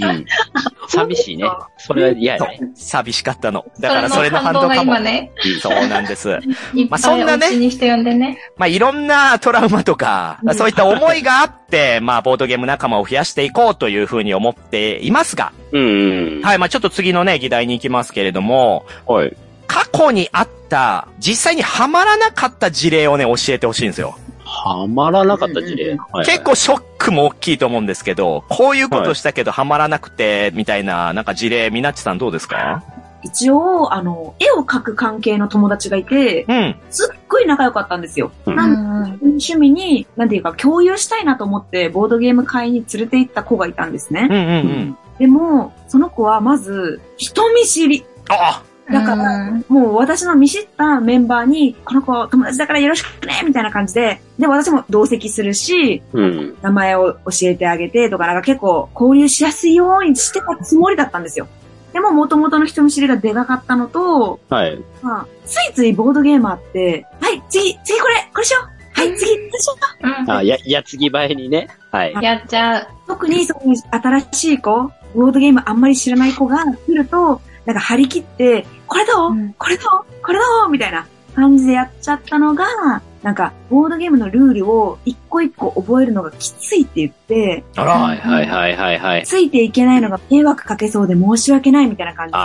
Speaker 3: うん。 寂しいね。それは嫌やね。
Speaker 2: 寂しかったの。だ
Speaker 4: だ
Speaker 2: からそれの反動かも
Speaker 4: 今。ね、
Speaker 2: そうなんです。
Speaker 4: いっ
Speaker 2: まあそ
Speaker 4: ぱい
Speaker 2: ん
Speaker 4: お
Speaker 2: なね
Speaker 4: 家にして呼んでね。
Speaker 2: まあ、いろんなトラウマとか、
Speaker 5: うん
Speaker 2: そういった思いがあって、 まあ、ボードゲーム仲間を増やしていこうというふうに思っていますが、
Speaker 3: うんうん。
Speaker 2: はい、まあ、ちょっと次のね、議題に行きますけれども、
Speaker 3: はい。
Speaker 2: 過去にあった、実際にはまらなかった事例をね、教えてほしいんですよ。
Speaker 3: はまらなかった事例。はいはい
Speaker 2: 結構ショックも大きいと思うんですけど、こういうことしたけどはまらなくて、みたいな、なんか事例、みなっちさんどうですか
Speaker 5: 一応、あの、絵を描く関係の友達がいて、
Speaker 2: うん。
Speaker 5: すっごい仲良かったんですよ。
Speaker 3: うん
Speaker 5: なん趣味に、なんていうか、共有したいなと思って、ボードゲーム会に連れて行った子がいたんですね
Speaker 2: うんう。んうん。
Speaker 5: でも、その子はまず、人見知り。
Speaker 2: あ
Speaker 5: だから
Speaker 4: うん
Speaker 5: もう私の見知ったメンバーに、この子友達だからよろしくねみたいな感じで、で、私も同席するし、
Speaker 3: うん。
Speaker 5: 名前を教えてあげてとか、なんか結構交流しやすいようにしてたつもりだったんですよ。でも元々の人見知りがでかかったのと、
Speaker 3: はい。
Speaker 5: まあ、ついついボードゲーマーって、はい、次、次これ、これしようはい、次、これしよう
Speaker 4: うん
Speaker 3: あ、や、やつぎばえにね。はい。
Speaker 4: やっちゃう。
Speaker 5: 特にそういう新しい子、ボードゲームあんまり知らない子が来ると、なんか張り切って、これどう、
Speaker 4: うん
Speaker 5: これどうこれどうみたいな感じでやっちゃったのが、なんか、ボードゲームのルールを一個一個覚えるのがきついって言って、
Speaker 2: あ、あ
Speaker 3: は
Speaker 2: ら、
Speaker 3: いはいはいはいはい。
Speaker 5: ついていけないのが迷惑かけそうで申し訳ないみたいな感じです。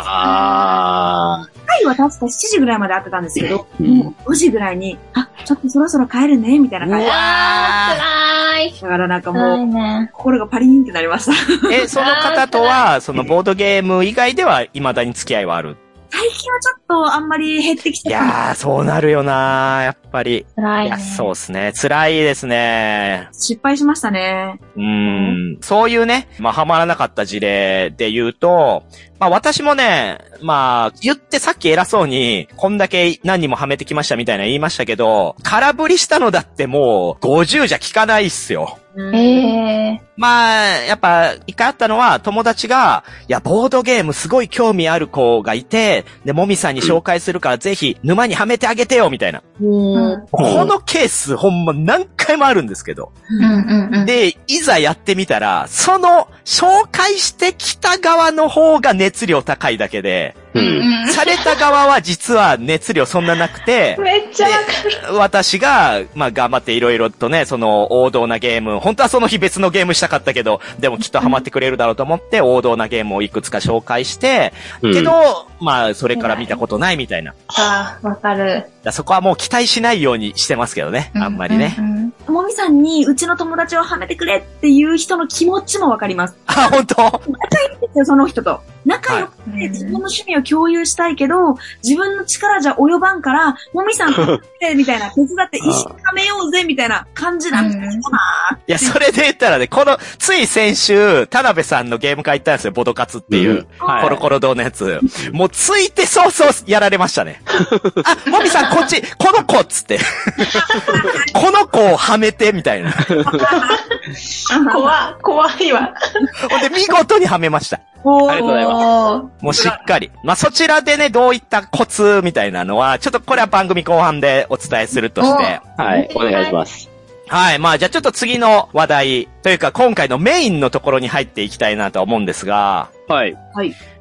Speaker 3: あ
Speaker 5: 会は確か7時ぐらいまで会ってたんですけど、
Speaker 3: うん
Speaker 5: もう5時ぐらいに、あ、ちょっとそろそろ帰るね、みたいな感じ
Speaker 2: うわあ
Speaker 4: 辛い。
Speaker 5: だからなんかもう、
Speaker 4: 辛いね。
Speaker 5: 心がパリーンってなりました。
Speaker 2: え、その方とは、そのボードゲーム以外では、未だに付き合いはある
Speaker 5: 最近はちょっとあんまり減ってき
Speaker 2: い
Speaker 5: てた。
Speaker 2: やー、そうなるよなー、やっぱり。
Speaker 4: 辛
Speaker 2: い
Speaker 4: いね。
Speaker 2: や、そうですね。辛いですね。
Speaker 5: 失敗しましたね。
Speaker 2: うーん。そういうね、まあ、はまらなかった事例で言うと、まあ、私もね、まあ、言ってさっき偉そうに、こんだけ何人もはめてきましたみたいな言いましたけど、空振りしたのだってもう、50じゃ効かないっすよ。
Speaker 5: うん
Speaker 4: ええ
Speaker 2: まあ、やっぱ、一回あったのは、友達が、いや、ボードゲームすごい興味ある子がいて、で、もみさんに紹介するから、ぜひ、沼にはめてあげてよ、みたいな。
Speaker 4: うん
Speaker 2: このケース、ほんま何回もあるんですけど。
Speaker 4: うんうんうん。
Speaker 2: で、いざやってみたら、その、紹介してきた側の方が熱量高いだけで、
Speaker 3: う。
Speaker 4: うんん
Speaker 2: された側は実は熱量そんななく て、
Speaker 6: めっちゃわかる。
Speaker 2: 私が、まあ、頑張っていろいろとね、その、王道なゲーム、本当はその日別のゲームしたかったけど、でもきっとハマってくれるだろうと思って、王道なゲームをいくつか紹介して、
Speaker 3: うん
Speaker 2: けど、まあ、それから見たことないみたいな。だか
Speaker 6: ああ、わかる。
Speaker 2: らそこはもう期待しないようにしてますけどね、あんまりね。
Speaker 4: うんうんうん
Speaker 5: ともみさんに、うちの友達をはめてくれっていう人の気持ちもわかります。
Speaker 2: あ、本当
Speaker 5: ですよその人と。仲良くて、
Speaker 6: はい
Speaker 5: 自分の趣味を共有したいけど、自分の力じゃ及ばんから、もみさん手伝って、みたいな、手伝って意識高めようぜ、みたいな感 じなんですよない
Speaker 2: や、それで言ったらね、この、つい先週、田辺さんのゲーム会行ったんですよ、ボドカツっていう。
Speaker 3: うんはい
Speaker 2: コロコロ堂のやつ。もうついてそうそうやられま したね。あ、もみさんこっち、この子っつって。この子をはめて、みたいな。
Speaker 6: 怖い、怖いわ。
Speaker 2: ほんで、見事にはめました。
Speaker 5: お
Speaker 3: ありがとうございます
Speaker 6: おー
Speaker 2: もうしっかり。まあ、そちらでね、どういったコツみたいなのは、ちょっとこれは番組後半でお伝えするとして。
Speaker 3: はい。お願いします。
Speaker 2: はい。まあ、じゃあちょっと次の話題、というか今回のメインのところに入っていきたいなとは思うんですが、
Speaker 3: はい。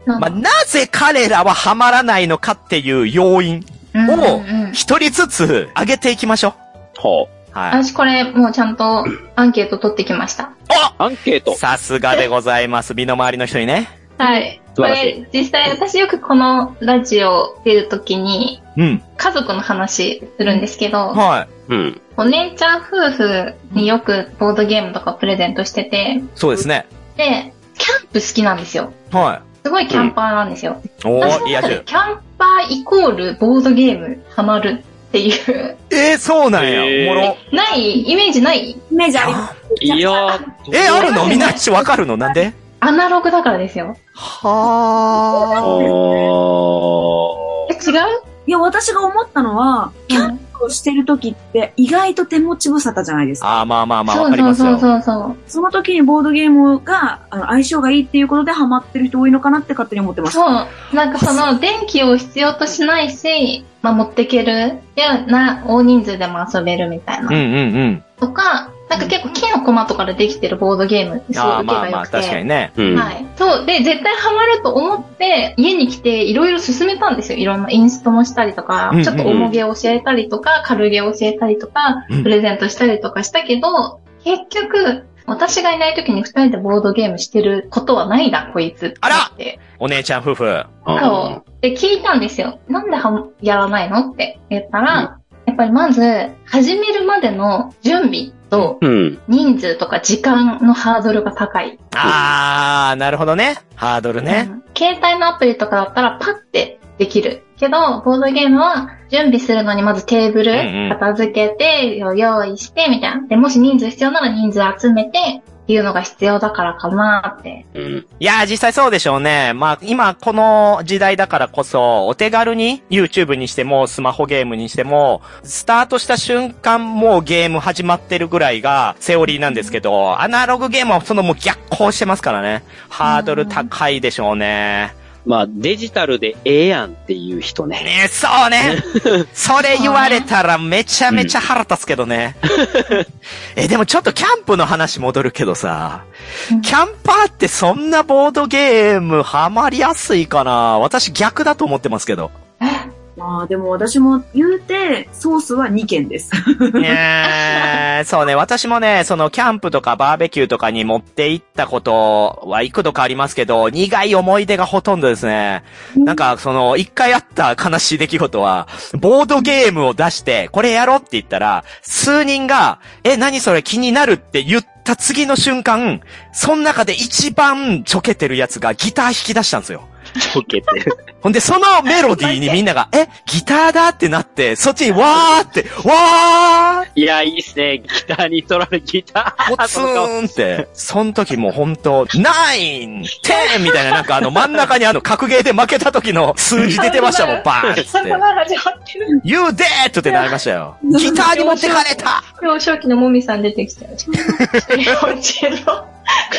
Speaker 4: なん
Speaker 2: まあ、
Speaker 4: だ
Speaker 2: なぜ彼らはハマらないのかっていう要因
Speaker 4: うんうん
Speaker 2: を
Speaker 4: うん
Speaker 2: 一人ずつ上げていきましょう。
Speaker 3: ほ
Speaker 2: はい。
Speaker 4: 私これもうちゃんとアンケート取ってきました。
Speaker 3: う。アンケート。
Speaker 2: さすがでございます。身の回りの人にね。
Speaker 4: はい。
Speaker 3: 素
Speaker 4: こ
Speaker 3: 晴らしい
Speaker 4: れ実際私よくこのラジオ出るときに
Speaker 2: うん。
Speaker 4: 家族の話するんですけど、
Speaker 2: はい。
Speaker 3: うん。
Speaker 4: お姉ちゃん夫婦によくボードゲームとかプレゼントしてて、
Speaker 2: そうですね。
Speaker 4: で、キャンプ好きなんですよ。
Speaker 2: は
Speaker 4: すごいキャンパーなんですよ。
Speaker 2: い。お
Speaker 4: 私
Speaker 2: ー、
Speaker 4: の
Speaker 2: リア
Speaker 4: 中で
Speaker 2: 充。
Speaker 4: キャンパーイコールボードゲームハマるっていう、
Speaker 2: えー、そうなんや。
Speaker 3: へー
Speaker 2: おもろ。
Speaker 4: ないイメージない
Speaker 5: イメージあります。
Speaker 3: いやー。
Speaker 2: え、あるのみんなちわかるのなんで
Speaker 4: アナログだからですよ。
Speaker 2: は
Speaker 3: あー
Speaker 4: え、違う
Speaker 5: いや、私が思ったのは、キャンプをしてる時って意外と手持ち無沙汰じゃないですか。
Speaker 2: ああ、まあまあまあ、
Speaker 4: そ
Speaker 2: わ
Speaker 4: う
Speaker 2: かり
Speaker 4: そう
Speaker 2: ます
Speaker 4: そう
Speaker 2: よ。
Speaker 4: そうそう。
Speaker 5: その時にボードゲームがあの相性がいいっていうことでハマってる人多いのかなって勝手に思ってます。
Speaker 4: そう。なんかその、電気を必要としないし、まあ、持ってける。で、な、大人数でも遊べるみたいな。
Speaker 2: うんうんうん。
Speaker 4: とか、なんか結構木の駒とかでできてるボードゲームってすごい
Speaker 2: ああ、
Speaker 4: 受け
Speaker 2: まあ
Speaker 4: が
Speaker 2: ま
Speaker 4: 良
Speaker 2: あ、
Speaker 4: くて。
Speaker 2: 確かにね。
Speaker 3: うん。
Speaker 4: はい。そう。で、絶対ハマると思って、家に来ていろいろ進めたんですよ。いろんなインストもしたりと
Speaker 2: うん
Speaker 4: か、
Speaker 2: うんうん
Speaker 4: ちょっと重げを教えたりとか、軽げを教えたりとか、
Speaker 2: うん
Speaker 4: プレゼントしたりとかしたけど、結局、私がいない時に二人でボードゲームしてることはないな、こいつって
Speaker 2: あら
Speaker 4: 思って。
Speaker 2: お姉ちゃん夫婦。
Speaker 4: そう。で、聞いたんですよ。なんではやらないのって言ったら、やっぱりまず、始めるまでの準備と、
Speaker 3: うん。
Speaker 4: 人数とか時間のハードルが高い。
Speaker 2: ああ、なるほどね。ハードルね。
Speaker 4: うん携帯のアプリとかだったらパッてできる。けど、ボードゲームは準備するのにまずテーブル
Speaker 2: うんうん
Speaker 4: 片付けて、用意して、みたいな。で、もし人数必要なら人数集めて、っていうのが必要だからかなって。
Speaker 3: うん。
Speaker 2: いやー、実際そうでしょうね。まあ、今、この時代だからこそ、お手軽に、YouTube にしても、スマホゲームにしても、スタートした瞬間、もうゲーム始まってるぐらいが、セオリーなんですけど、アナログゲームはそのもう逆行してますからね。ハードル高いでしょうね。
Speaker 3: まあ、デジタルでええやんっていう人ね。
Speaker 2: ね、そうね。それ言われたらめちゃめちゃ腹立つけどね。え、でもちょっとキャンプの話戻るけどさ
Speaker 4: うん、
Speaker 2: キャンパーってそんなボードゲームハマりやすいかな私逆だと思ってますけど。
Speaker 5: まあでも私も言うて、ソースは2件です。
Speaker 2: ねえそうね、私もね、そのキャンプとかバーベキューとかに持って行ったことは幾度かありますけど、苦い思い出がほとんどですね。なんか、その、一回あった悲しい出来事は、ボードゲームを出して、これやろうって言ったら、数人が、え、何それ気になるって言った次の瞬間、その中で一番ちょけてるやつがギター弾き出したんですよ。
Speaker 3: ちょけて。
Speaker 2: ほんで、そのメロディーにみんなが、え、ギターだってなって、そっちにわーって、わーって
Speaker 3: いや、いいっすね。ギターに取られギタ
Speaker 2: ポ
Speaker 3: ー。
Speaker 2: ツーンって、その時もう本当、ナインテンみたいな、なんかあの真ん中にあの格ゲーで負けた時の数字出てましたもん、バーンっつ
Speaker 6: そ
Speaker 2: っ
Speaker 6: ん
Speaker 2: て
Speaker 6: な。の始まってる。
Speaker 2: You dead! ってなりましたよ。ギターに持ってかれた
Speaker 4: 幼少期のもみさん出てきちゃう。
Speaker 6: 幼稚園の。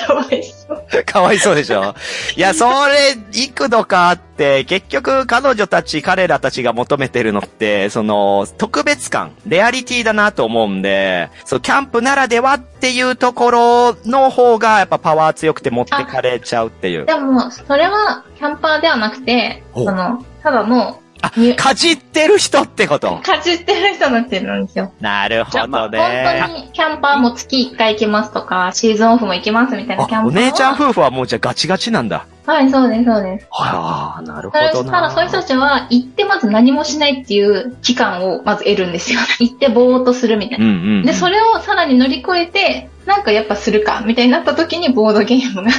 Speaker 6: かわいそう。
Speaker 2: かわいそうでしょいや、それ、幾度かあって、結局彼女たち、彼らたちが求めてるのって、その、特別感、レアリティだなと思うんで、そう、キャンプならではっていうところの方が、やっぱパワー強くて持ってかれちゃうっていう。
Speaker 4: でも、それは、キャンパーではなくて、
Speaker 2: お
Speaker 4: その、ただの、
Speaker 2: あ
Speaker 4: に、
Speaker 2: かじってる人ってこと。
Speaker 4: かじってる人になってるんですよ。
Speaker 2: なるほど
Speaker 4: 本当
Speaker 2: ね。
Speaker 4: に、キャンパーも月1回行きますとか、シーズンオフも行きますみたいなキャン
Speaker 2: あ
Speaker 4: パーは。
Speaker 2: お姉ちゃん夫婦はもうじゃあガチガチなんだ。
Speaker 4: はい、そうです、そうです。
Speaker 2: はあ、なるほ
Speaker 4: ただ、
Speaker 2: ど
Speaker 4: た
Speaker 2: な。
Speaker 4: だそういう人たちは、行ってまず何もしないっていう期間をまず得るんですよ。 行ってぼーっとするみたい
Speaker 2: うん
Speaker 4: な。
Speaker 2: うんうん。
Speaker 4: で、それをさらに乗り越えて、なんかやっぱするか、みたいになった時にボードゲームが。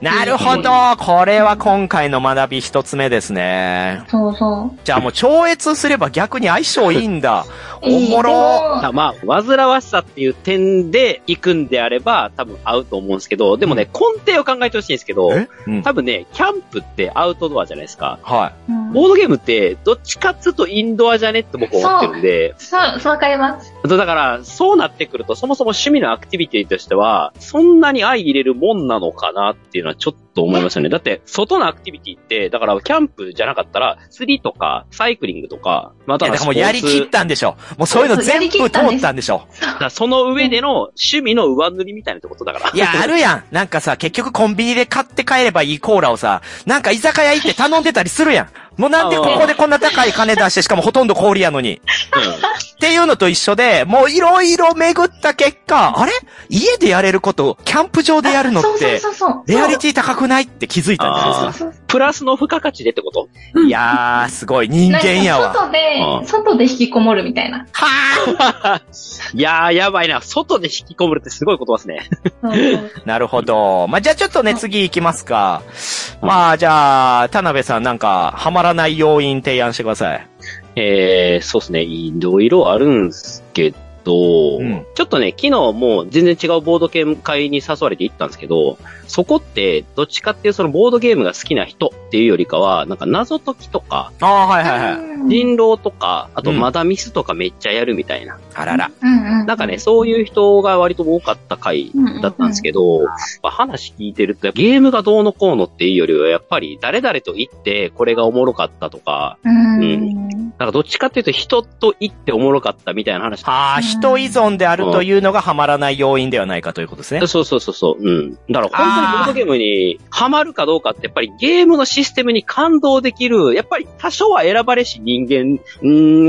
Speaker 2: なるほど。これは今回の学び一つ目ですね。
Speaker 4: そうそ
Speaker 2: じゃあもう超越すれば逆に相性いいん だ。
Speaker 4: う。
Speaker 2: おもろ。
Speaker 4: いいでも
Speaker 3: まあ、煩わしさっていう点で行くんであれば、多分合うと思うんですけど、でもね、根底を考えてほしいんですけど、
Speaker 2: うん。
Speaker 3: 多分ね、キャンプってアウトドアじゃないですか。
Speaker 2: は
Speaker 4: うん
Speaker 3: ボードゲームって、どっちかっつうとインドアじゃねって僕思ってるんで、
Speaker 4: そう、そうわかります。
Speaker 3: だから、そうなってくると、そもそも趣味のアクティビティとしては、そんなに相入れるもんなのかなっていうのはちょっと思いましたね。だって、外のアクティビティって、だから、キャンプじゃなかったら、釣りとか、サイクリングとか、ま
Speaker 2: い。
Speaker 3: た
Speaker 2: いやだ
Speaker 3: はス
Speaker 2: からもう
Speaker 3: ポーツ
Speaker 2: やりきったんでしょ。もうそういうの全部通ったんでしょ。
Speaker 3: だからその上での趣味の上塗りみたいなってことだから。
Speaker 2: いや、あるやん。なんかさ、結局コンビニで買って帰ればいいコーラをさ、なんか居酒屋行って頼んでたりするやん。もうなんでここでこんな高い金出して、しかもほとんど氷やのに。
Speaker 3: う
Speaker 2: っていうのと一緒で、もういろいろ巡った結果、あれ家でやれること、キャンプ場でやるのっ
Speaker 4: そうそう
Speaker 2: て、
Speaker 4: そうそう。
Speaker 2: レアリティ高くないって気づいたんじゃないですか
Speaker 4: そうそうそ
Speaker 3: ん。プラスの付加価値でってこと
Speaker 2: いやー、すごい。
Speaker 4: う。
Speaker 2: 人間や
Speaker 4: なん
Speaker 2: わ。
Speaker 4: か外で、
Speaker 3: うん
Speaker 4: 外で引きこもるみたいな。
Speaker 2: はー
Speaker 3: いやー、やばいな。外で引きこもるってすごいことですね。
Speaker 4: そうそう
Speaker 2: なるほど。まあ、じゃあちょっとね、次行きますか。まあ、じゃあ、田辺さんなんか、ハマらない要因提案してください。
Speaker 3: えー、そうですね。いろいろあるんすけど、
Speaker 2: うん
Speaker 3: ちょっとね、昨日もう全然違うボードゲーム会に誘われて行ったんですけど、そこって、どっちかっていうそのボードゲームが好きな人っていうよりかは、なんか謎解きとか、
Speaker 2: ああ、 はいはいはい。
Speaker 4: うん
Speaker 3: 人狼とか、あと
Speaker 2: うん
Speaker 3: マダミスとかめっちゃやるみたいな。
Speaker 2: あらら。
Speaker 4: うんうん。
Speaker 3: なんかね、そういう人が割と多かった回だったんですけど、まあ話聞いてると、ゲームがどうのこうのっていうよりは、やっぱり誰々と行って、これがおもろかったとか、
Speaker 4: う
Speaker 3: な
Speaker 4: ん。
Speaker 3: んかどっちかっていうと人と行っておもろかったみたいな話。
Speaker 2: はあ、人依存であるというのがハマらない要因ではないかということですね。
Speaker 3: そうそうそうそう。うん。だから本当に
Speaker 2: あー
Speaker 3: ボードゲームにハマるかどうかって、やっぱりゲームのシステムに感動できる、やっぱり多少は選ばれし人間ん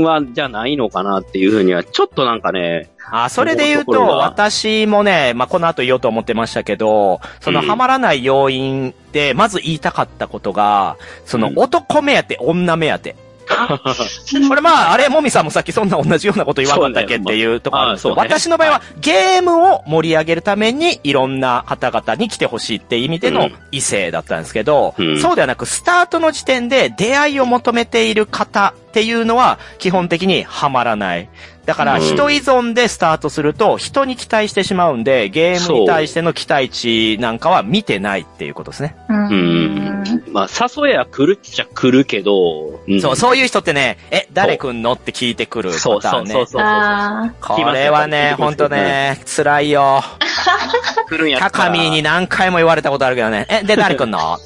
Speaker 3: ーは、じゃないのかなっていうふうには、ちょっとなんかね、
Speaker 2: あ、それで言う
Speaker 3: そういう
Speaker 2: と、
Speaker 3: ところが
Speaker 2: 私もね、まあ、この後言おうと思ってましたけど、その
Speaker 3: うん
Speaker 2: ハマらない要因で、まず言いたかったことが、その
Speaker 3: うん
Speaker 2: 男目当て、女目当て。 これまあ、あれ、もみさんもさっきそんな同じようなこと言わなかったっけ
Speaker 3: そう
Speaker 2: っ
Speaker 3: ね
Speaker 2: ていうところあるんですけど、
Speaker 3: まあそうね
Speaker 2: 私の場合はゲームを盛り上げるためにいろんな方々に来てほしいって意味で
Speaker 3: う
Speaker 2: の
Speaker 3: ん
Speaker 2: 異性だったんですけど、
Speaker 3: うん
Speaker 2: そうではなく、スタートの時点で出会いを求めている方っていうのは基本的にはまらない。だから、
Speaker 3: うん
Speaker 2: 人依存でスタートすると、人に期待してしまうんで、ゲームに対しての期待値なんかは見てないっていうことですね。
Speaker 4: うん。
Speaker 3: うんまあ、誘えや来るっちゃ来るけど、ん
Speaker 2: そう、そういう人ってね、え、誰くんのって聞いてくる
Speaker 3: そ
Speaker 2: パ
Speaker 3: う
Speaker 2: タ
Speaker 3: そ
Speaker 2: ー
Speaker 3: う
Speaker 2: ン
Speaker 3: そう
Speaker 2: ね。
Speaker 3: そう。
Speaker 4: あ
Speaker 2: これはね、ほんとね、辛いよ。
Speaker 3: 来るんやったら
Speaker 2: 高見に何回も言われたことあるけどね。え、で、誰くん の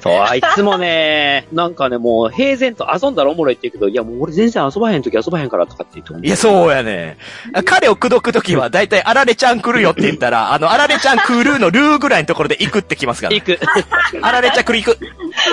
Speaker 3: そう、あいつもね、なんかね、もう平然と遊んだらおもろいって言うけど、いやもう俺全然遊ばへん時遊ばへんからとかって言って。
Speaker 2: いや、そうやね。彼を口説くときは、だいたい、あられちゃん来るよって言ったら、あの、あられちゃん来るのルーぐらいのところで行くってきますから
Speaker 3: 行
Speaker 2: ね。
Speaker 3: く。
Speaker 2: あられちゃん来る行く。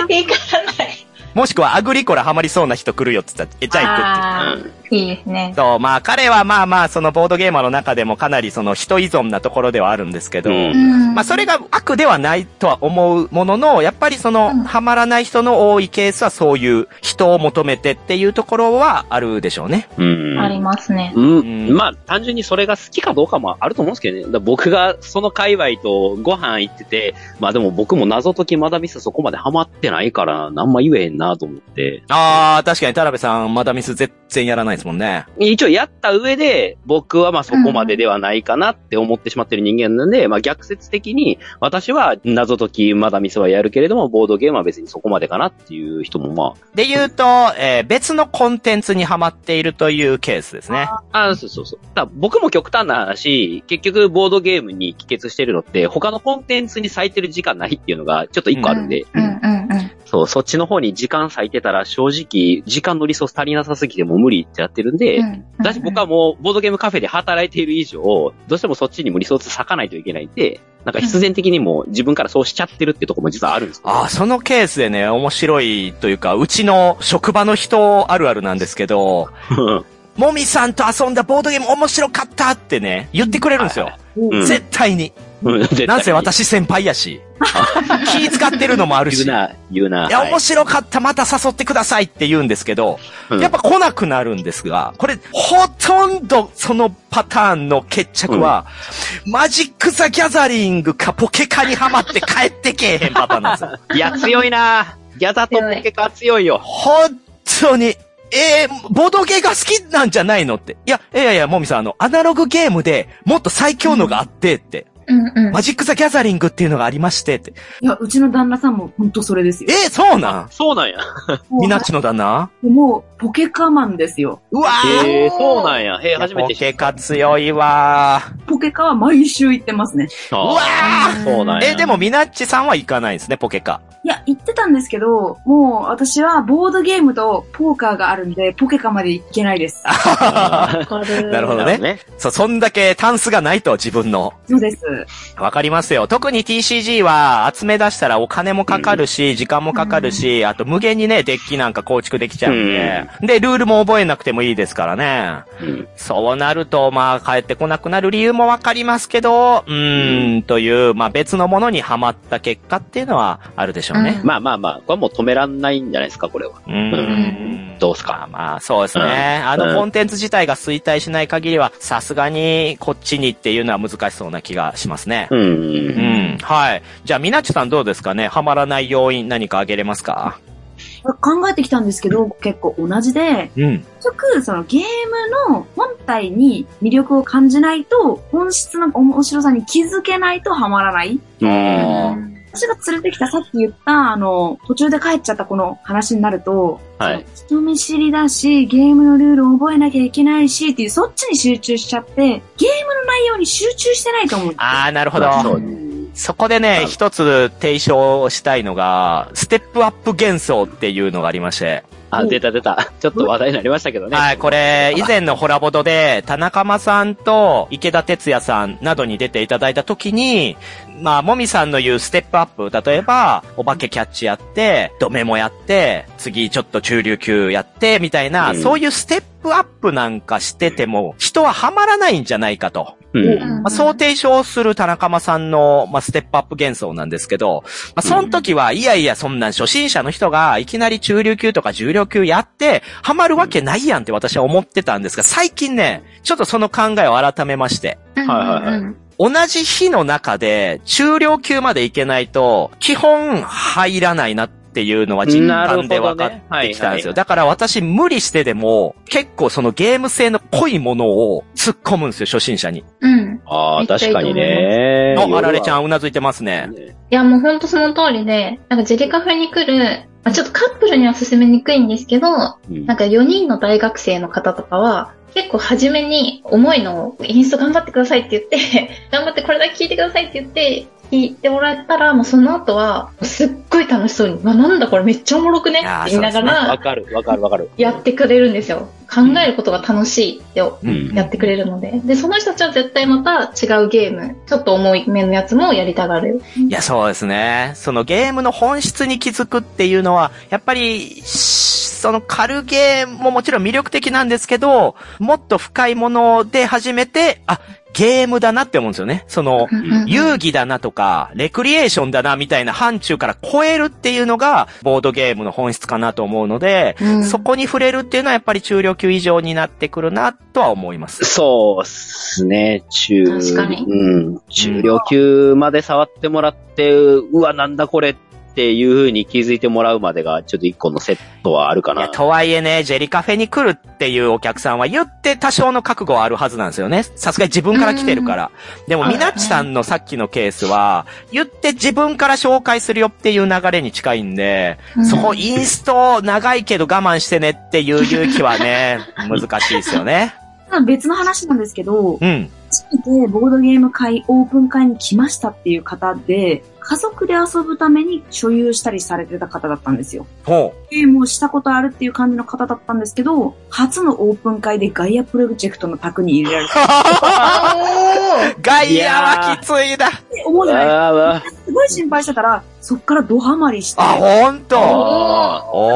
Speaker 4: あ。いかない。
Speaker 2: もしくは、アグリコラハマりそうな人来るよって言ったら、え、じゃあ行くって。
Speaker 4: あーいいですね。
Speaker 2: そう、まあ彼はまあまあ、そのボードゲーマーの中でもかなりその人依存なところではあるんですけど、
Speaker 3: うん
Speaker 4: うん
Speaker 2: まあそれが悪ではないとは思うものの、やっぱりその、
Speaker 4: うん
Speaker 2: ハマらない人の多いケースはそういう人を求めてっていうところはあるでしょうね。
Speaker 3: うん
Speaker 4: ありますね。
Speaker 3: うん。まあ、単純にそれが好きかどうかもあると思うんですけどね。だから僕がその界隈とご飯行ってて、まあでも僕も謎解きまだミスそこまでハマってないから、あんま言えへんなと思って。
Speaker 2: ああ、確かに田辺さん、まだミス全然やらないですもんね。
Speaker 3: 一応やった上で、僕はまあそこまでではないかなって思ってしまってる人間なんで、まあ逆説的に、私は謎解きまだミスはやるけれども、ボードゲームは別にそこまでかなっていう人もま
Speaker 2: で言うと、えー別のコンテンツにハマっているというケースですね。
Speaker 3: あ、あそうそうそう。ただ僕も極端な話、結局ボードゲームに帰結してるのって、他のコンテンツに割いてる時間ないっていうのがちょっと一個あるんで、
Speaker 4: うんうんうん。
Speaker 3: そう、そっちの方に時間割いてたら正直、時間のリソース足りなさすぎてもう無理ってやってるんで、
Speaker 4: うん
Speaker 3: だし僕はもう、ボードゲームカフェで働いている以上、どうしてもそっちにもリソース割かないといけないんで、なんか必然的にもう自分からそうしちゃってるってとこも実はあるんです
Speaker 2: ああ、そのケースでね、面白いというか、うちの職場の人あるあるなんですけど、
Speaker 3: よ。
Speaker 2: もみさんと遊んだボードゲーム面白かったってね、言ってくれるんですよ。
Speaker 3: うん
Speaker 2: 絶対に。
Speaker 3: うん絶対
Speaker 2: なんせ私先輩や し。気使ってるのもあるし。
Speaker 3: 言う
Speaker 2: い
Speaker 3: な、言うな。
Speaker 2: や、
Speaker 3: はい
Speaker 2: 面白かった、また誘ってくださいって言うんですけど、
Speaker 3: うん
Speaker 2: やっぱ来なくなるんですが、これ、ほとんどそのパターンの決着は、マジック・ザ・ギャザリングかポケカにハマって帰ってけえへんパターンなんですよ。
Speaker 3: いや、強いなギャザとポケカは強いよ。
Speaker 2: 本当に、えー、ボードゲーが好きなんじゃないのって。いや、いやいや、もみさん、あの、アナログゲームでもっと最強のがあってって。
Speaker 4: うんうん。
Speaker 2: マジック・ザ・ギャザリングっていうのがありましてって。
Speaker 5: いや、うちの旦那さんも本当それですよ。
Speaker 2: えー、そうなん
Speaker 3: そうなんや。
Speaker 5: も
Speaker 2: み
Speaker 5: う
Speaker 2: なっちの旦那
Speaker 5: もう、ポケカマンですよ。
Speaker 2: うわー
Speaker 3: へえそうなんや。へえ、初め
Speaker 2: ポ
Speaker 3: て知っ
Speaker 2: ケカ強いわー。
Speaker 5: ポケカは毎週行ってますね。
Speaker 3: た。
Speaker 2: うわー
Speaker 3: そうなんや。
Speaker 2: えー、でも、みなっちさんは行かないですね、ポケカ。
Speaker 5: いや、行ってたんですけど、もう私はボードゲームとポーカーがあるんで、ポケカまで行けないです。
Speaker 3: あ
Speaker 6: わかる。
Speaker 2: なるほ
Speaker 3: ー、
Speaker 2: ど
Speaker 3: な
Speaker 2: ね
Speaker 3: るほどね。
Speaker 2: そ、そんだけタンスがないと、自分の。
Speaker 5: そうです。
Speaker 2: わかりますよ。特に TCG は集め出したらお金もかかるし、時間もかかるし、あと無限にね、デッキなんか構築できちゃうんで、で、ルールも覚えなくてもいいですからね。
Speaker 3: うん
Speaker 2: そうなると、まあ、帰ってこなくなる理由もわかりますけど、うーん、という、まあ別のものにはまった結果っていうのはあるでしょうね。
Speaker 3: まあまあまあ、これはもう止めらんないんじゃないですか、これは。
Speaker 2: うーん。
Speaker 3: どうす
Speaker 2: まあ
Speaker 3: か。
Speaker 2: まあ、そうですね。
Speaker 3: うん
Speaker 2: あ
Speaker 3: う
Speaker 2: の
Speaker 3: ん
Speaker 2: コンテンツ自体が衰退しない限りは、さすがにこっちにっていうのは難しそうな気がしますね。
Speaker 3: うん。
Speaker 2: うん。はい。じゃあ、みなちさんどうですかねハマらない要因何かあげれますか
Speaker 5: 考えてきたんですけど、結構同じで、
Speaker 2: うん。
Speaker 5: 結局、そのゲームの本体に魅力を感じないと、本質の面白さに気づけないとハマらない。
Speaker 3: うん。
Speaker 5: 私が連れてきた、さっき言った、あの、途中で帰っちゃったこの話になると、
Speaker 3: はい。
Speaker 5: 人見知りだし、ゲームのルールを覚えなきゃいけないし、っていう、そっちに集中しちゃって、ゲームの内容に集中してないと思うんですよ。
Speaker 2: あー、なるほ
Speaker 3: まあそ
Speaker 2: ど。
Speaker 3: うね
Speaker 2: そこでね、一つ提唱したいのが、ステップアップ幻想っていうのがありまして。
Speaker 3: あ、出た出た。 ちょっと話題になりましたけどね。
Speaker 2: はい、これ、以前のホラボドで、田中間さんと池田哲也さんなどに出ていただいた時に、まあ、もみさんの言うステップアップ、例えば、お化けキャッチやって、ドメもやって、次ちょっと中流級やって、みたいな、
Speaker 3: うん
Speaker 2: そういうステップアップなんかしてても、人はハマらないんじゃないかと。
Speaker 3: うん。
Speaker 2: まあ、そう提唱する田中間さんの、まあ、ステップアップ幻想なんですけど、まあ、その時は、いやいや、そんなん初心者の人がいきなり中流級とか重量級やって、ハマるわけないやんって私は思ってたんですが、最近ね、ちょっとその考えを改めまして、
Speaker 4: うんうんうん
Speaker 3: はいはい
Speaker 4: うん
Speaker 2: 同じ日の中で中量級までいけないと、基本入らないなっていうのは実感で分かってきたんですよ。
Speaker 3: なるほどねはいはい
Speaker 2: だから私無理してでも、結構そのゲーム性の濃いものを突っ込むんですよ、初心者に。
Speaker 4: うん。
Speaker 3: ああ、
Speaker 4: めっちゃ
Speaker 3: 確
Speaker 4: いいと
Speaker 3: か
Speaker 4: 思
Speaker 3: に
Speaker 4: います
Speaker 3: ね。
Speaker 2: の、あられちゃ
Speaker 3: ん。
Speaker 2: んうなずいてますね。
Speaker 4: いや、もうほんとその通りで、なんかジェリカフェに来る、まあちょっとカップルには勧めにくいんですけど、
Speaker 3: うん
Speaker 4: なんか4人の大学生の方とかは、結構初めに重いのをインスト頑張ってくださいって言って、 頑張ってこれだけ聞いてくださいって言って、聞いてもらったら、もうその後は、すっごい楽しそうに、わ、なんだこれめっちゃおもろくねっ
Speaker 2: いやー
Speaker 4: て言いなが
Speaker 3: わ
Speaker 4: ら、
Speaker 3: かる、わかる、わかる。
Speaker 4: やってくれるんですよ。考えることが楽しいって
Speaker 3: うん。
Speaker 4: やってくれるので。で、その人たちは絶対また違うゲーム、ちょっと重い目のやつもやりたがる。
Speaker 2: いや、そうですね。そのゲームの本質に気づくっていうのは、やっぱり、しその軽ゲームももちろん魅力的なんですけど、もっと深いもので始めて、あ、ゲームだなって思うんですよね。その、遊戯だなとか、レクリエーションだなみたいな範疇から超えるっていうのが、ボードゲームの本質かなと思うので、
Speaker 4: うん
Speaker 2: そこに触れるっていうのはやっぱり中量級以上になってくるなとは思います。
Speaker 3: そうっすね、中。
Speaker 4: 確かに
Speaker 3: うん。中量級まで触ってもらって、うわ、なんだこれってっていう風に気づいてもらうまでが、ちょっと一個のセットはあるか
Speaker 2: いや、
Speaker 3: な。
Speaker 2: とはいえね、ジェリカフェに来るっていうお客さんは言って多少の覚悟はあるはずなんですよね。さすがに自分から来てるから。でも、みなっちさんのさっきのケースは、言って自分から紹介するよっていう流れに近いんで、そこインスト長いけど我慢してねっていう勇気は ね、難しいですよね。
Speaker 5: ただ別の話なんですけど、
Speaker 2: うん。
Speaker 5: 初めてボードゲーム会、オープン会に来ましたっていう方で、家族で遊ぶために所有したりされてた方だったんですよ。
Speaker 2: ほ
Speaker 5: ゲームをしたことあるっていう感じの方だったんですけど、初のオープン会でガイアプロジェクトの卓に入れら れて、
Speaker 6: あ
Speaker 2: う。ガイアはきついだ。
Speaker 5: って思うじゃないですか。
Speaker 3: あーわ
Speaker 5: すごい心配してたから、そっからドハマりして、
Speaker 2: あ、ほんと。
Speaker 3: あ
Speaker 2: お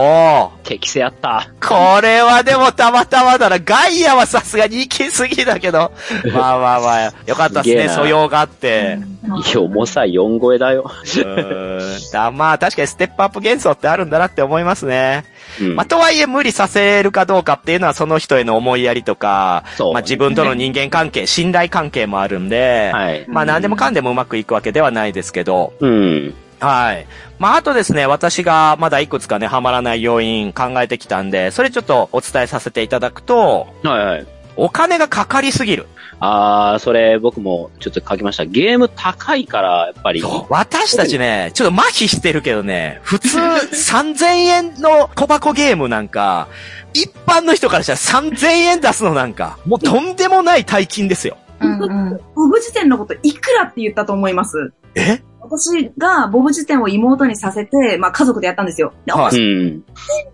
Speaker 2: おー。
Speaker 3: ー。適正あった。
Speaker 2: これはでもたまたまだな。ガイアはさすがに行き過ぎだけ ど。まあまあまあ、よかったです
Speaker 3: げ
Speaker 2: ね、
Speaker 3: えな
Speaker 2: 素養があって。
Speaker 3: いや、重さ4超えだよ。
Speaker 2: うーん だまあ確かにステップアップ幻想ってあるんだなって思いますね。
Speaker 3: うん
Speaker 2: まあとはいえ無理させるかどうかっていうのはその人への思いやりとか、
Speaker 3: そう
Speaker 2: まあ自分との人間関係、信頼関係もあるんで、
Speaker 3: はい。
Speaker 2: まあ何でもかんでもうまくいくわけではないですけど、
Speaker 3: うん。
Speaker 2: はい。まあ、あとですね、私がまだいくつかね、ハマらない要因考えてきたんで、それちょっとお伝えさせていただくと、
Speaker 3: はいはい。
Speaker 2: お金がかかりすぎる。
Speaker 3: あー、それ僕もちょっと書きました。ゲーム高いから、やっぱり。
Speaker 2: 私たちね、ちょっと麻痺してるけどね、普通3000円の小箱ゲームなんか、一般の人からしたら3000円出すのなんか、もうとんでもない大金ですよ。
Speaker 4: うんうん。
Speaker 5: ボブ辞典のこといくらって言ったと思います
Speaker 2: え
Speaker 5: 私がボブ辞典を妹にさせて、まあ家族でやったんですよ。で、
Speaker 2: は
Speaker 5: 1
Speaker 2: い
Speaker 3: うん。
Speaker 5: 0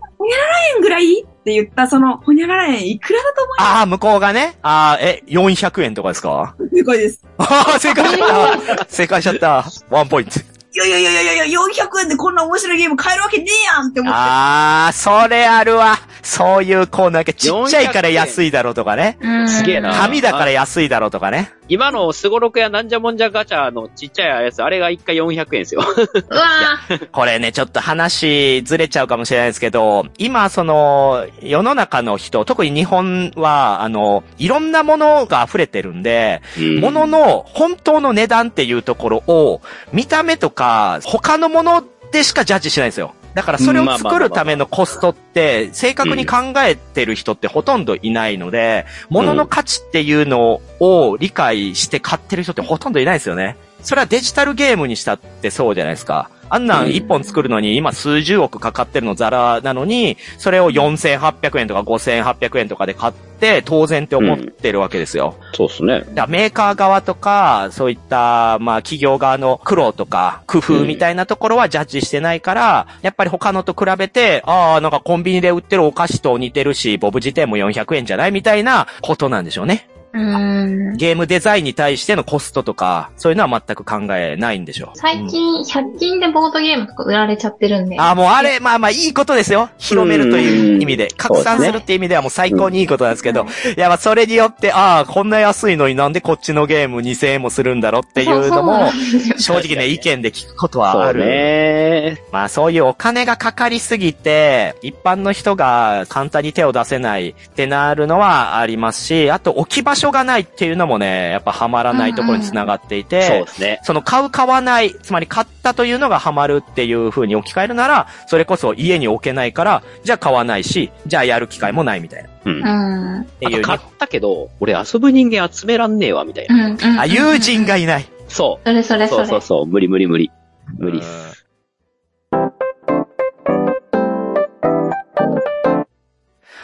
Speaker 5: 円ぐらいって言ったその、ほにゃらら円いくらだと思
Speaker 2: ああ、向こうがね、ああ、え、400円とかですか
Speaker 5: うすごいです。
Speaker 2: ああ、正解しちゃった。正解しちゃった。ワンポイント。
Speaker 5: いやいやいやいやいや、400円でこんな面白いゲーム買えるわけねえやんって思って。
Speaker 2: あー、それあるわ。そういうコーナーがちっちゃいから安いだろうとかね。
Speaker 4: うん
Speaker 3: すげえな
Speaker 2: 紙だから安いだろうとかね。
Speaker 3: 今のスゴロクやなんじゃもんじゃガチャのちっちゃいやつ、あれが1回400円ですよ。
Speaker 6: うわ
Speaker 2: これね、ちょっと話ずれちゃうかもしれないですけど、今その、世の中の人、特に日本は、あの、いろんなものが溢れてるんで、ものの本当の値段っていうところを、見た目とか、他のものでしかジャッジしないんですよ。だからそれ
Speaker 3: うんま
Speaker 2: を
Speaker 3: あまあ
Speaker 2: 作
Speaker 3: まあまあ
Speaker 2: るためのコストって、正確に考えてる人ってほとんどいないので、ものの価値っていうのを理解して買ってる人ってほとんどいないですよね。それはデジタルゲームにしたってそうじゃないですか。あんなん一本作るのに今数十億かかってるのザラなのに、それを4800円とか5800円とかで買って当然って思ってるわけですよ。
Speaker 3: そうっすね。
Speaker 2: だからメーカー側とか、そういった、まあ、企業側の苦労とか、工夫みたいなところはジャッジしてないから、やっぱり他のと比べて、ああ、なんかコンビニで売ってるお菓子と似てるし、ボブ自体も400円じゃないみたいなことなんでしょうね。
Speaker 4: うん。
Speaker 2: ゲームデザインに対してのコストとか、そういうのは全く考えないんでしょう。
Speaker 4: 最
Speaker 2: うん
Speaker 4: 近、100均でボードゲームとか売られちゃってるんで。
Speaker 2: ああ、もうあれ、まあまあいいことですよ。広めるという意味で。拡散するっていう意味ではもう最高にいいことなんですけど。いや、まあそれによって、ああ、こんな安いのになんでこっちのゲーム2000円もするんだろうっていうのも、正直ね、意見で聞くことはあ
Speaker 3: そう
Speaker 2: る。
Speaker 3: ね。
Speaker 2: まあそういうお金がかかりすぎて、一般の人が簡単に手を出せないってなるのはありますし、あと置き場所がないっていうのもね、やっぱハマらないところに繋がっていて、
Speaker 3: そうですね。
Speaker 2: その買う買わない、つまり買ったというのがハマるっていう風に置き換えるなら、それこそ家に置けないから、じゃあ買わないし、じゃあやる機会もないみたいな。っ
Speaker 3: うん。
Speaker 4: うん。うん。
Speaker 2: てい
Speaker 3: あ
Speaker 2: う
Speaker 3: と。買ったけど、俺遊ぶ人間集めらんねえわ、みたいな。
Speaker 4: うん。うん
Speaker 2: あ、友。人がいない。
Speaker 3: そ
Speaker 4: それそれ
Speaker 3: う。
Speaker 4: そ
Speaker 3: そ
Speaker 4: れ。
Speaker 3: うそうそう。無理無理無理。無理っ
Speaker 2: う
Speaker 3: す。
Speaker 2: ん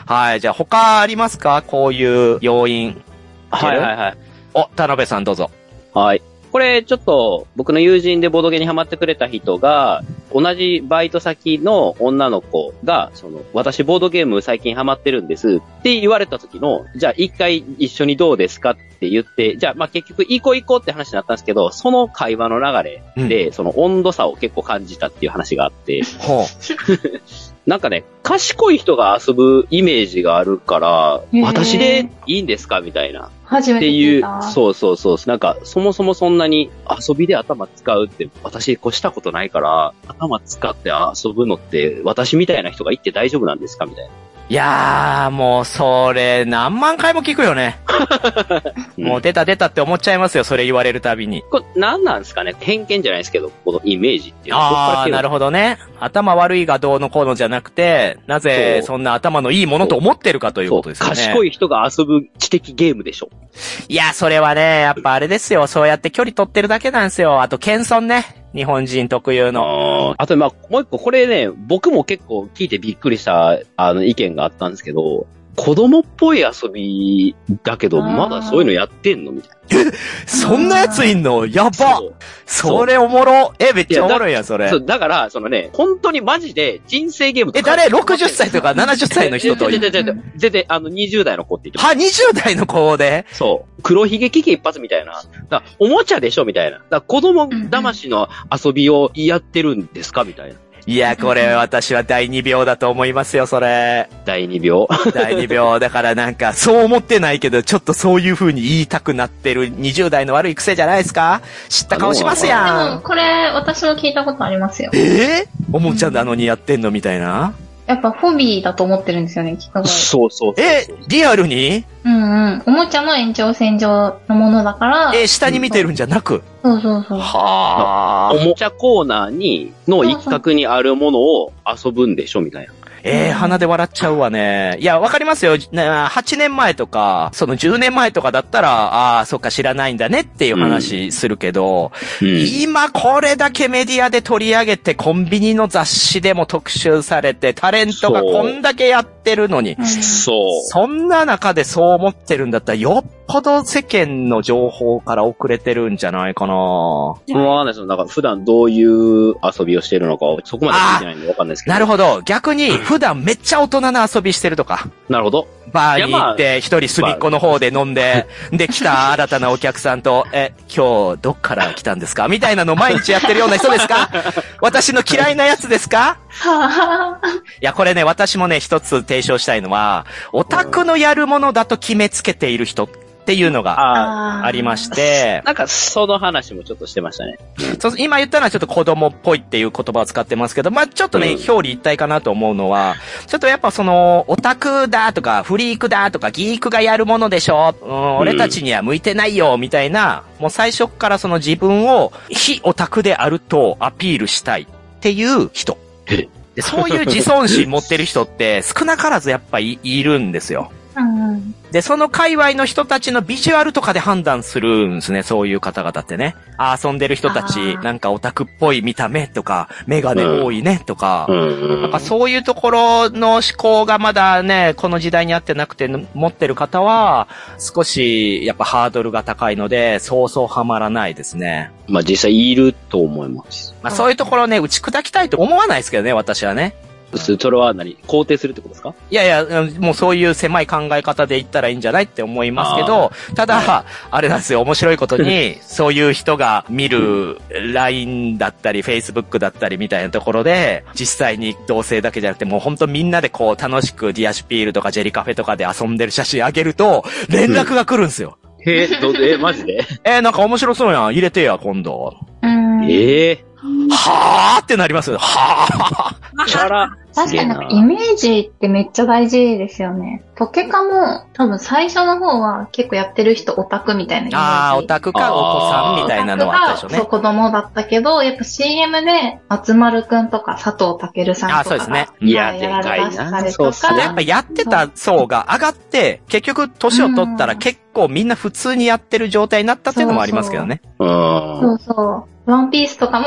Speaker 2: はい、じゃあ他ありますかこういう要因。
Speaker 3: はいはいはい。
Speaker 2: お、田辺さんどうぞ。
Speaker 3: はい。これ、ちょっと、僕の友人でボードゲーにハマってくれた人が、同じバイト先の女の子が、その、私ボードゲーム最近ハマってるんですって言われた時の、じゃあ一回一緒にどうですかって言って、じゃあまあ結局行こう行こうって話になったんですけど、その会話の流れで、その温度差を結構感じたっていう話があって、
Speaker 2: ほう。
Speaker 3: なんかね、賢い人が遊ぶイメージがあるから
Speaker 6: へ、ー
Speaker 3: 私でいいんですかみたいな。
Speaker 6: 初
Speaker 3: っ
Speaker 6: めて
Speaker 3: てい
Speaker 6: 聞いうた。、
Speaker 3: そうそうそう。なんか、そもそもそんなに遊びで頭使うって、私越したことないから、頭使って遊ぶのって、私みたいな人が行って大丈夫なんですかみたいな。
Speaker 2: いやー、もう、それ、何万回も聞くよ ね。もう、出た出たって思っちゃいますよ、それ言われるたびに。
Speaker 3: これ何なんですかね偏見じゃないですけど、このイメージっていうの
Speaker 2: あー、なる
Speaker 3: ほ
Speaker 2: ほどね。頭悪いがどうのこうのじゃなくて、なぜ、
Speaker 3: そ
Speaker 2: そんな頭のいいものと思ってるかということですよね。
Speaker 3: 賢い人が遊ぶ知的ゲームでしょ。
Speaker 2: いや、それはね、やっぱあれですよ。そうやって距離取ってるだけなんですよ。あと、謙遜ね。日本人特有の。
Speaker 3: ああと、まあ、もう一個、これね、僕も結構聞いてびっくりした、あの、意見があったんですけど、子供っぽい遊びだけど、
Speaker 5: あー
Speaker 3: まだそういうのやってんのみたいな。
Speaker 2: そんなやついんのやば
Speaker 3: そう
Speaker 2: それおもろえ、めっちゃおもろいやん、それ
Speaker 3: そ。うだから、そのね、本当にマジで人生ゲーム
Speaker 2: え、誰 ?60 歳とか70歳の人 と。は、
Speaker 3: 全然、全然、全然、あの、20代の子って言ってま
Speaker 2: 20代の子で
Speaker 3: したそう。黒ひげ危機一発みたいな。だからおもちゃでしょみたいな。だから子供騙しの遊びをやってるんですかみたいな。
Speaker 2: いや、これ私は第2秒だと思いますよ、それ。
Speaker 3: 第2秒。
Speaker 2: 第2秒。だからなんか、そう思ってないけど、ちょっとそういう風に言いたくなってる20代の悪い癖じゃないですか知った顔します
Speaker 4: で
Speaker 2: や
Speaker 4: も、
Speaker 2: ん。
Speaker 4: これ、私も聞いたことありますよ。
Speaker 2: えー、おもちゃなのにやってんのみたいな。
Speaker 4: やっぱ、ホビーだと思ってるんですよね、きっと。
Speaker 3: そうそうそうそう。
Speaker 2: え、リアルに
Speaker 4: うんうん。おもちゃの延長線上のものだから、
Speaker 2: え、下に見てるんじゃなく
Speaker 4: そうそうそう。
Speaker 2: は
Speaker 3: おもちゃコーナーに、の一角にあるものを遊ぶんでしょみたいな。
Speaker 2: ええ鼻で笑っちゃうわね。いや、わかりますよ。な8年前とか、その10年前とかだったら、ああ、そっか知らないんだねっていう話するけど、
Speaker 3: うん。
Speaker 2: 今これだけメディアで取り上げて、コンビニの雑誌でも特集されて、タレントがこんだけやってるのに
Speaker 4: う、ん
Speaker 3: そう。
Speaker 2: そんな中でそう思ってるんだったら、よっぽど世間の情報から遅れてるんじゃないかな。
Speaker 3: わかんないですよ。なんか普段どういう遊びをしてるのかをそこまで聞いてないんでわかんないですけど。
Speaker 2: なるほど。逆に、普段めっちゃ大人な遊びしてるとか。
Speaker 3: なるほど。
Speaker 2: バーに行って、一人隅っこの方で飲んで、 で、来た新たなお客さんと、え、今日、どっから来たんですかみたいなの毎日やってるような人ですか私の嫌いなやつですか
Speaker 4: はぁ。
Speaker 2: いや、これね、私もね、一つ提唱したいのは、オタクのやるものだと決めつけている人っていうのが
Speaker 3: あ
Speaker 2: ありま
Speaker 4: し
Speaker 2: して
Speaker 3: あ。、なんかその話もちょっとしてましたね。
Speaker 2: そう今言ったのはちょっと子供っぽいっていう言葉を使ってますけど、まあちょっとね、
Speaker 3: うん
Speaker 2: 表裏一体かなと思うのは、ちょっとやっぱその、オタクだとか、フリークだとか、ギークがやるものでしょ、うん、俺たちには向いてないよ、みたいな、もう最初っからその自分を、非オタクであるとアピールしたいっていう人
Speaker 3: え。
Speaker 2: でそういう自尊心持ってる人って少なからずやっぱいいるんですよ。
Speaker 4: うんうん。
Speaker 2: で、その界隈の人たちのビジュアルとかで判断するんですね、そういう方々ってね。あ遊んでる人た
Speaker 5: あ
Speaker 2: ち、
Speaker 5: ー
Speaker 2: なんかオタクっぽい見た目とか、メガネ多いねとか
Speaker 3: う、ん。
Speaker 2: なんかそういうところの思考がまだね、この時代に合ってなくて持ってる方は、少しやっぱハードルが高いので、そうそうはまらないですね。
Speaker 3: まあ実際いると思います。
Speaker 2: まあそういうところをね、打ち砕きたいと思わないですけどね、私はね。
Speaker 3: そそれは何肯定するってことですか
Speaker 2: いやいやうん、もうそういう狭い考え方で言ったらいいんじゃないって思いますけど、ただ、あれなんですよ、面白いことに、そういう人が見る LINE だったり、Facebook だったりみたいなところで、実際に同性だけじゃなくて、もう本当みんなでこう楽しくディアシュピールとかジェリカフェとかで遊んでる写真あげると、連絡が来るんですよ。
Speaker 3: へえ、ど、え、マジで
Speaker 2: えー、なんか面白そうやん。入れてや、今度。
Speaker 4: うん。
Speaker 3: ええ
Speaker 2: はーってなりますよ。はー。
Speaker 3: チャラ。す
Speaker 4: 確
Speaker 3: げ
Speaker 4: か
Speaker 3: え
Speaker 4: に
Speaker 3: な
Speaker 4: なんかイメージってめっちゃ大事ですよね。ポケカも多分最初の方は結構やってる人オタクみたいなイメージ。
Speaker 2: あー、オタクかお子さんみたいなのはあったでしょう
Speaker 4: そう、
Speaker 2: ね。
Speaker 4: 子供だったけど、やっぱ CM で、松丸くんとか佐藤健さんとか。
Speaker 2: あそうですね。
Speaker 3: いや
Speaker 4: やられ
Speaker 3: でかいな
Speaker 4: だしたり
Speaker 3: そうっ
Speaker 4: と
Speaker 3: す
Speaker 4: か。
Speaker 3: ね
Speaker 2: やっぱやってた層が上がって、結局年を取ったら
Speaker 4: うん
Speaker 2: 結構みんな普通にやってる状態になったっていうのもありますけどね。
Speaker 3: う
Speaker 4: そ
Speaker 3: ん
Speaker 4: う。そう。ワンピースとかも、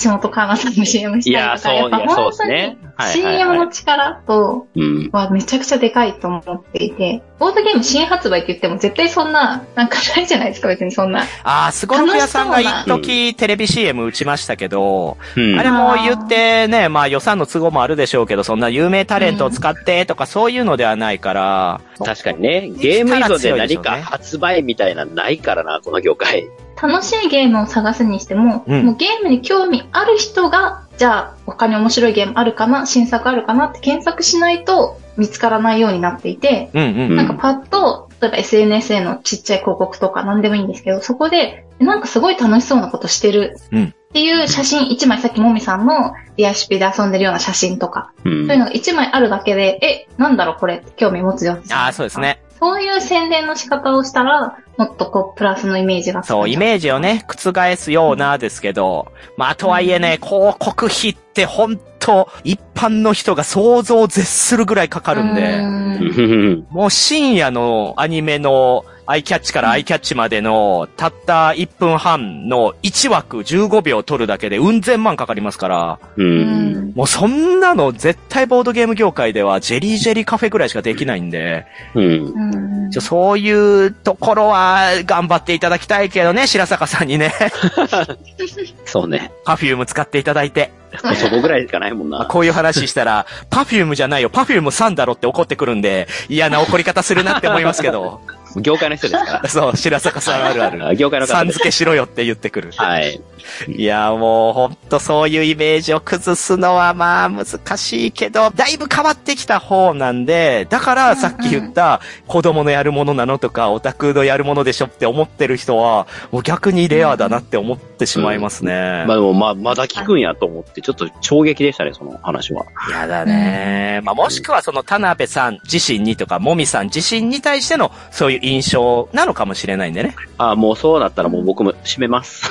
Speaker 4: 橋本環奈さんの CM
Speaker 3: い
Speaker 4: した
Speaker 3: や、
Speaker 4: りとか、
Speaker 3: そう、い
Speaker 4: っぱ
Speaker 3: や、そうですね。はいはい
Speaker 4: CM
Speaker 3: は
Speaker 4: の
Speaker 3: い。
Speaker 4: 力と
Speaker 3: うん。
Speaker 4: はめちゃくちゃでかいと思っていて、ボードゲーム新発売って言っても絶対そんな、なんかないじゃないですか、別にそんな。
Speaker 2: ああ、すごろく屋さんが一時テレビ CM 打ちましたけど、
Speaker 3: うん
Speaker 2: あれも言ってね、まあ予算の都合もあるでしょうけど、そんな有名タレントを使ってとかそういうのではないから、
Speaker 3: 確かにね、ゲーム依存で何か発売みたいなのないからな、この業界。
Speaker 4: 楽しいゲームを探すにしても、
Speaker 2: うん
Speaker 4: もうゲームに興味ある人が、じゃあ他に面白いゲームあるかな、新作あるかなって検索しないと見つからないようになっていて、
Speaker 2: うんうん。
Speaker 4: なんかパッと、例えば SNS へのちっちゃい広告とか何でもいいんですけど、そこで、なんかすごい楽しそうなことしてる。
Speaker 2: うん
Speaker 4: っていう写真1枚、さっきもみさんのリアシピで遊んでるような写真とか、
Speaker 3: うん
Speaker 4: そういうのが1枚あるだけで、え、なんだろうこれって興味持つよって。
Speaker 2: ああ、そうですね。
Speaker 4: そういう宣伝の仕方をしたら、もっとこう、プラスのイメージがつく
Speaker 2: そう、イメージをね、覆すようなですけど、まあ、とはいえね、広告費って本当一般の人が想像を絶するぐらいかかるん
Speaker 4: う
Speaker 2: で、
Speaker 4: ーん
Speaker 3: うん
Speaker 2: もう深夜のアニメのアイキャッチからアイキャッチまでの、たった1分半の1枠15秒撮るだけでうん千万かかりますから、
Speaker 3: う。
Speaker 4: うんん
Speaker 2: もうそんなの絶対ボードゲーム業界ではジェリージェリーカフェぐらいしかできないんで、
Speaker 3: うん。
Speaker 4: うん
Speaker 2: ちょそういうところは頑張っていただきたいけどね、白坂さんにね、
Speaker 3: そうね。
Speaker 2: パフューム使っていただいて。
Speaker 3: そこぐらいしかないもん
Speaker 2: まあ
Speaker 3: な。
Speaker 2: こういう話したら、パフュームじゃないよ、パフュームさんだろって怒ってくるんで、嫌な怒り方するなって思いますけど、
Speaker 3: 業界の人ですか
Speaker 2: そう、白坂さんあるある。
Speaker 3: ら。あ業界の
Speaker 2: さ
Speaker 3: 方
Speaker 2: ん
Speaker 3: です
Speaker 2: 付。けしろよって言ってく る。
Speaker 3: はい。
Speaker 2: いや、もうほんとそういうイメージを崩すのはまあ難しいけど、だいぶ変わってきた方なんで、だからさっき言った子供のやるものなのとか、オタクのやるものでしょって思ってる人は、もう逆にレアだなって思ってしまいますね。
Speaker 3: まあでも、ま、まだ聞くんやと思って、ちょっと衝撃でしたね、その話は。
Speaker 2: いやだね。まあ、もしくはその田辺さん自身にとか、もみさん自身に対してのそういう印象なのかもしれないんで ね。
Speaker 3: あもうそうだったらもう僕も閉めます。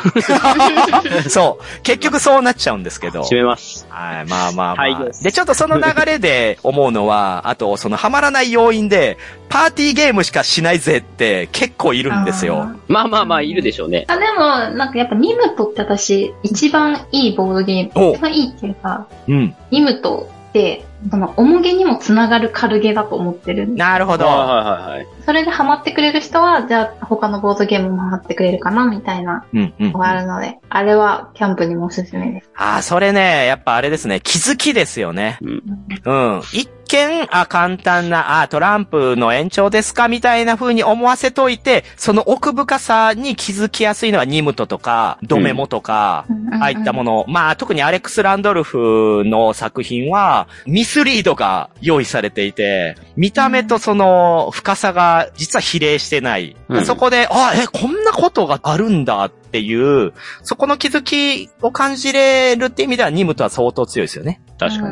Speaker 2: そう。結局そうなっちゃうんですけど。
Speaker 3: 閉めます。
Speaker 2: はい、まあまあま
Speaker 3: はい
Speaker 2: あ。
Speaker 3: です
Speaker 2: で、ちょっとその流れで思うのは、 あと、そのハマらない要因で、パーティーゲームしかしないぜって結構いるんですよ。
Speaker 3: まあまあまあ、いるでしょうね。
Speaker 4: あ、でも、なんかやっぱニムトって私、一番いいボードゲー
Speaker 2: お
Speaker 4: ム。一番いいっていうか、
Speaker 2: うん。
Speaker 4: ニムトって、その、重げにもつながる軽げだと思ってるんで。
Speaker 2: なるほど。
Speaker 3: はいはいはい。
Speaker 4: それでハマってくれる人は、じゃあ他のボードゲームもハマってくれるかな、みたいな
Speaker 2: うん、うん
Speaker 4: の。があるので、あれはキャンプにもおすすめです。
Speaker 2: ああ、それね、やっぱあれですね、気づきですよね。
Speaker 3: うん
Speaker 2: うん。一見、あ、簡単な、あ、トランプの延長ですかみたいな風に思わせといて、その奥深さに気づきやすいのはニムトとか、ドメモとか、ああいったも
Speaker 4: の。
Speaker 2: の。まあ、特にアレックス・ランドルフの作品は、ミスリードが用意されていて、見た目とその深さが実は比例してない。
Speaker 3: うん
Speaker 2: そこで、あ、え、こんなことがあるんだっていう、そこの気づきを感じれるって意味では、ニムとは相当強いですよね。
Speaker 3: 確か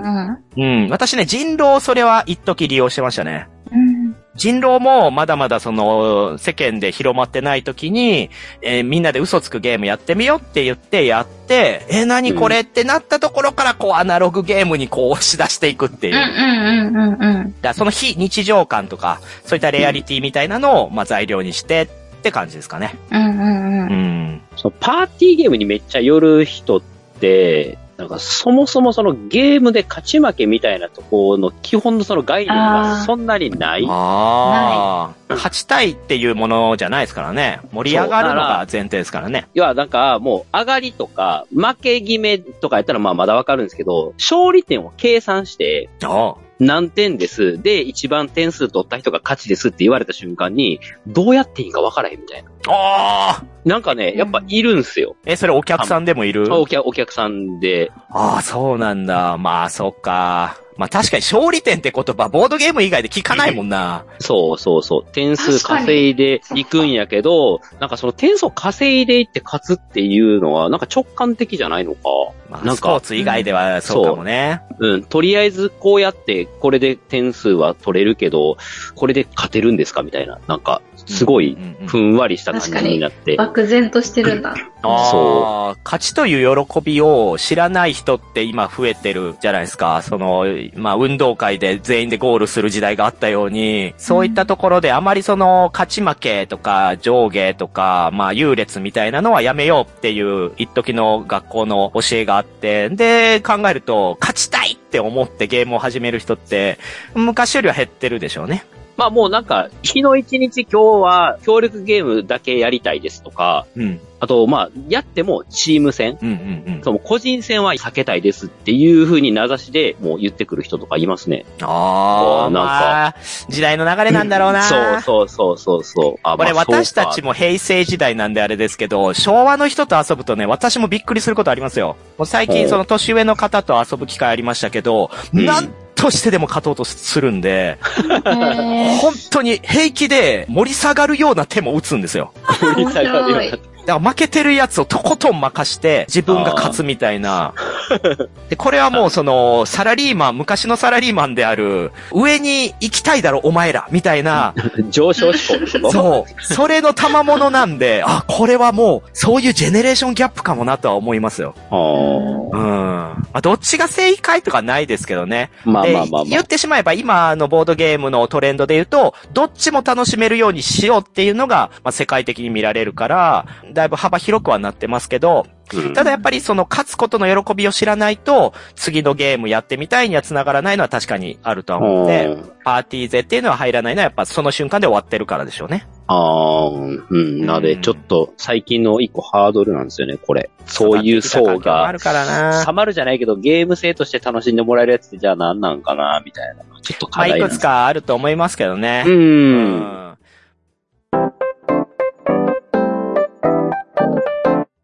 Speaker 3: に。
Speaker 4: に。
Speaker 2: うん。私ね、人狼それは一時利用してましたね。
Speaker 4: うん。
Speaker 2: 人狼もまだまだその世間で広まってない時に、えーみんなで嘘つくゲームやってみようって言ってやって、えー何これってなったところからこうアナログゲームにこう押し出していくっていう。
Speaker 4: う
Speaker 2: だ
Speaker 4: ん
Speaker 2: か
Speaker 4: うんうんうんうん。
Speaker 2: らその非日常感とか、そういったレアリティみたいなのをまあ材料にしてって感じですかね。
Speaker 4: うんうんうん
Speaker 2: う。ん。
Speaker 3: そのパーティーゲームにめっちゃ寄る人って、なんかそもそもそのゲームで勝ち負けみたいなところの基本のその概念がそんなにない。
Speaker 2: ああ。8対っていうものじゃないですからね。盛り上がるのが前提ですからね。
Speaker 3: 要はなんかもう上がりとか負け決めとかやったらまあまだわかるんですけど、勝利点を計算して
Speaker 2: おう
Speaker 3: 何点です。で、一番点数取った人が勝ちですって言われた瞬間に、どうやっていいんかわからへんみたいな。
Speaker 2: おー
Speaker 3: なんかね、やっぱいるんすよ。
Speaker 2: え、それお客さんでもいる
Speaker 3: お客お客さんで。
Speaker 2: ああ、そうなんだ。まあ、そっか。まあ確かに勝利点って言葉、ボードゲーム以外で聞かないもんな。
Speaker 3: そうそうそう。点数稼いでいくんやけど、なんかその点数を稼いでいって勝つっていうのは、なんか直感的じゃないのか。
Speaker 2: まあ、
Speaker 3: なんか
Speaker 2: スポーツ以外ではそうかもね。
Speaker 3: うん。とりあえずこうやって、これで点数は取れるけど、これで勝てるんですかみたいな。なんか、すごい、
Speaker 2: うんうん
Speaker 3: ふんわりした感じになって。
Speaker 4: 漠然としてるんだ。
Speaker 2: あ
Speaker 3: そ
Speaker 2: あ、勝ちという喜びを知らない人って今増えてるじゃないですか。その、まあ運動会で全員でゴールする時代があったように、そういったところであまりその勝ち負けとか上下とか、まあ優劣みたいなのはやめようっていう一時の学校の教えがあって、で、考えると勝ちたいって思ってゲームを始める人って、昔よりは減ってるでしょうね。
Speaker 3: まあもうなんか、日の一日今日は協力ゲームだけやりたいですとか、
Speaker 2: うん、
Speaker 3: あとまあ、やってもチーム戦。
Speaker 2: うん、うん、うん。
Speaker 3: その個人戦は避けたいですっていう風に名指しでもう言ってくる人とかいますね。
Speaker 2: ああ、
Speaker 3: なんか
Speaker 2: まあ、時代の流れなんだろうな。
Speaker 3: そうそうそうそうそう。あ
Speaker 2: これ
Speaker 3: まあそうか
Speaker 2: 私たちも平成時代なんであれですけど、昭和の人と遊ぶとね、私もびっくりすることありますよ。もう最近その年上の方と遊ぶ機会ありましたけど、
Speaker 3: うん
Speaker 2: なんとしてでも勝とうとするんで、
Speaker 4: へー
Speaker 2: 本当に平気で盛り下がるような手も打つんですよ。
Speaker 3: 盛り下がるようになって
Speaker 2: だから負けてるやつをとことん任して、自分が勝つみたいな。で、これはもうその、サラリーマン、昔のサラリーマンである、上に行きたいだろ、お前ら、みたいな、
Speaker 3: 上昇志向ってこと
Speaker 2: そう、それの賜物なんで、 あ、これはもう、そういうジェネレーションギャップかもなとは思いますよ。
Speaker 3: あ
Speaker 2: うん。まあ、どっちが正解とかないですけどね。
Speaker 3: ーまあ
Speaker 2: で
Speaker 3: まあまあま
Speaker 2: 言
Speaker 3: あ。
Speaker 2: ってしまえば今のボードゲームのトレンドで言うと、どっちも楽しめるようにしようっていうのが、まあ、世界的に見られるから、だいぶ幅広くはなってますけど、
Speaker 3: うん
Speaker 2: ただやっぱりその勝つことの喜びを知らないと、次のゲームやってみたいには繋がらないのは確かにあるとは思うんで、
Speaker 3: うん
Speaker 2: パーティー勢っていうのは入らないのはやっぱその瞬間で終わってるからでしょうね。
Speaker 3: ああ、うん。なので、ちょっと最近の一個ハードルなんですよね、これ。そういう層
Speaker 2: あ
Speaker 3: が。
Speaker 2: るから
Speaker 3: サ
Speaker 2: な。
Speaker 3: マるじゃないけど、ゲーム性として楽しんでもらえるやつってじゃあ何なんかな、みたいな。ちょっと
Speaker 2: ま
Speaker 3: 課
Speaker 2: あ、
Speaker 3: 題
Speaker 2: い
Speaker 3: なん
Speaker 2: く
Speaker 3: です
Speaker 2: つかあると思いますけどね。
Speaker 3: う。
Speaker 2: うん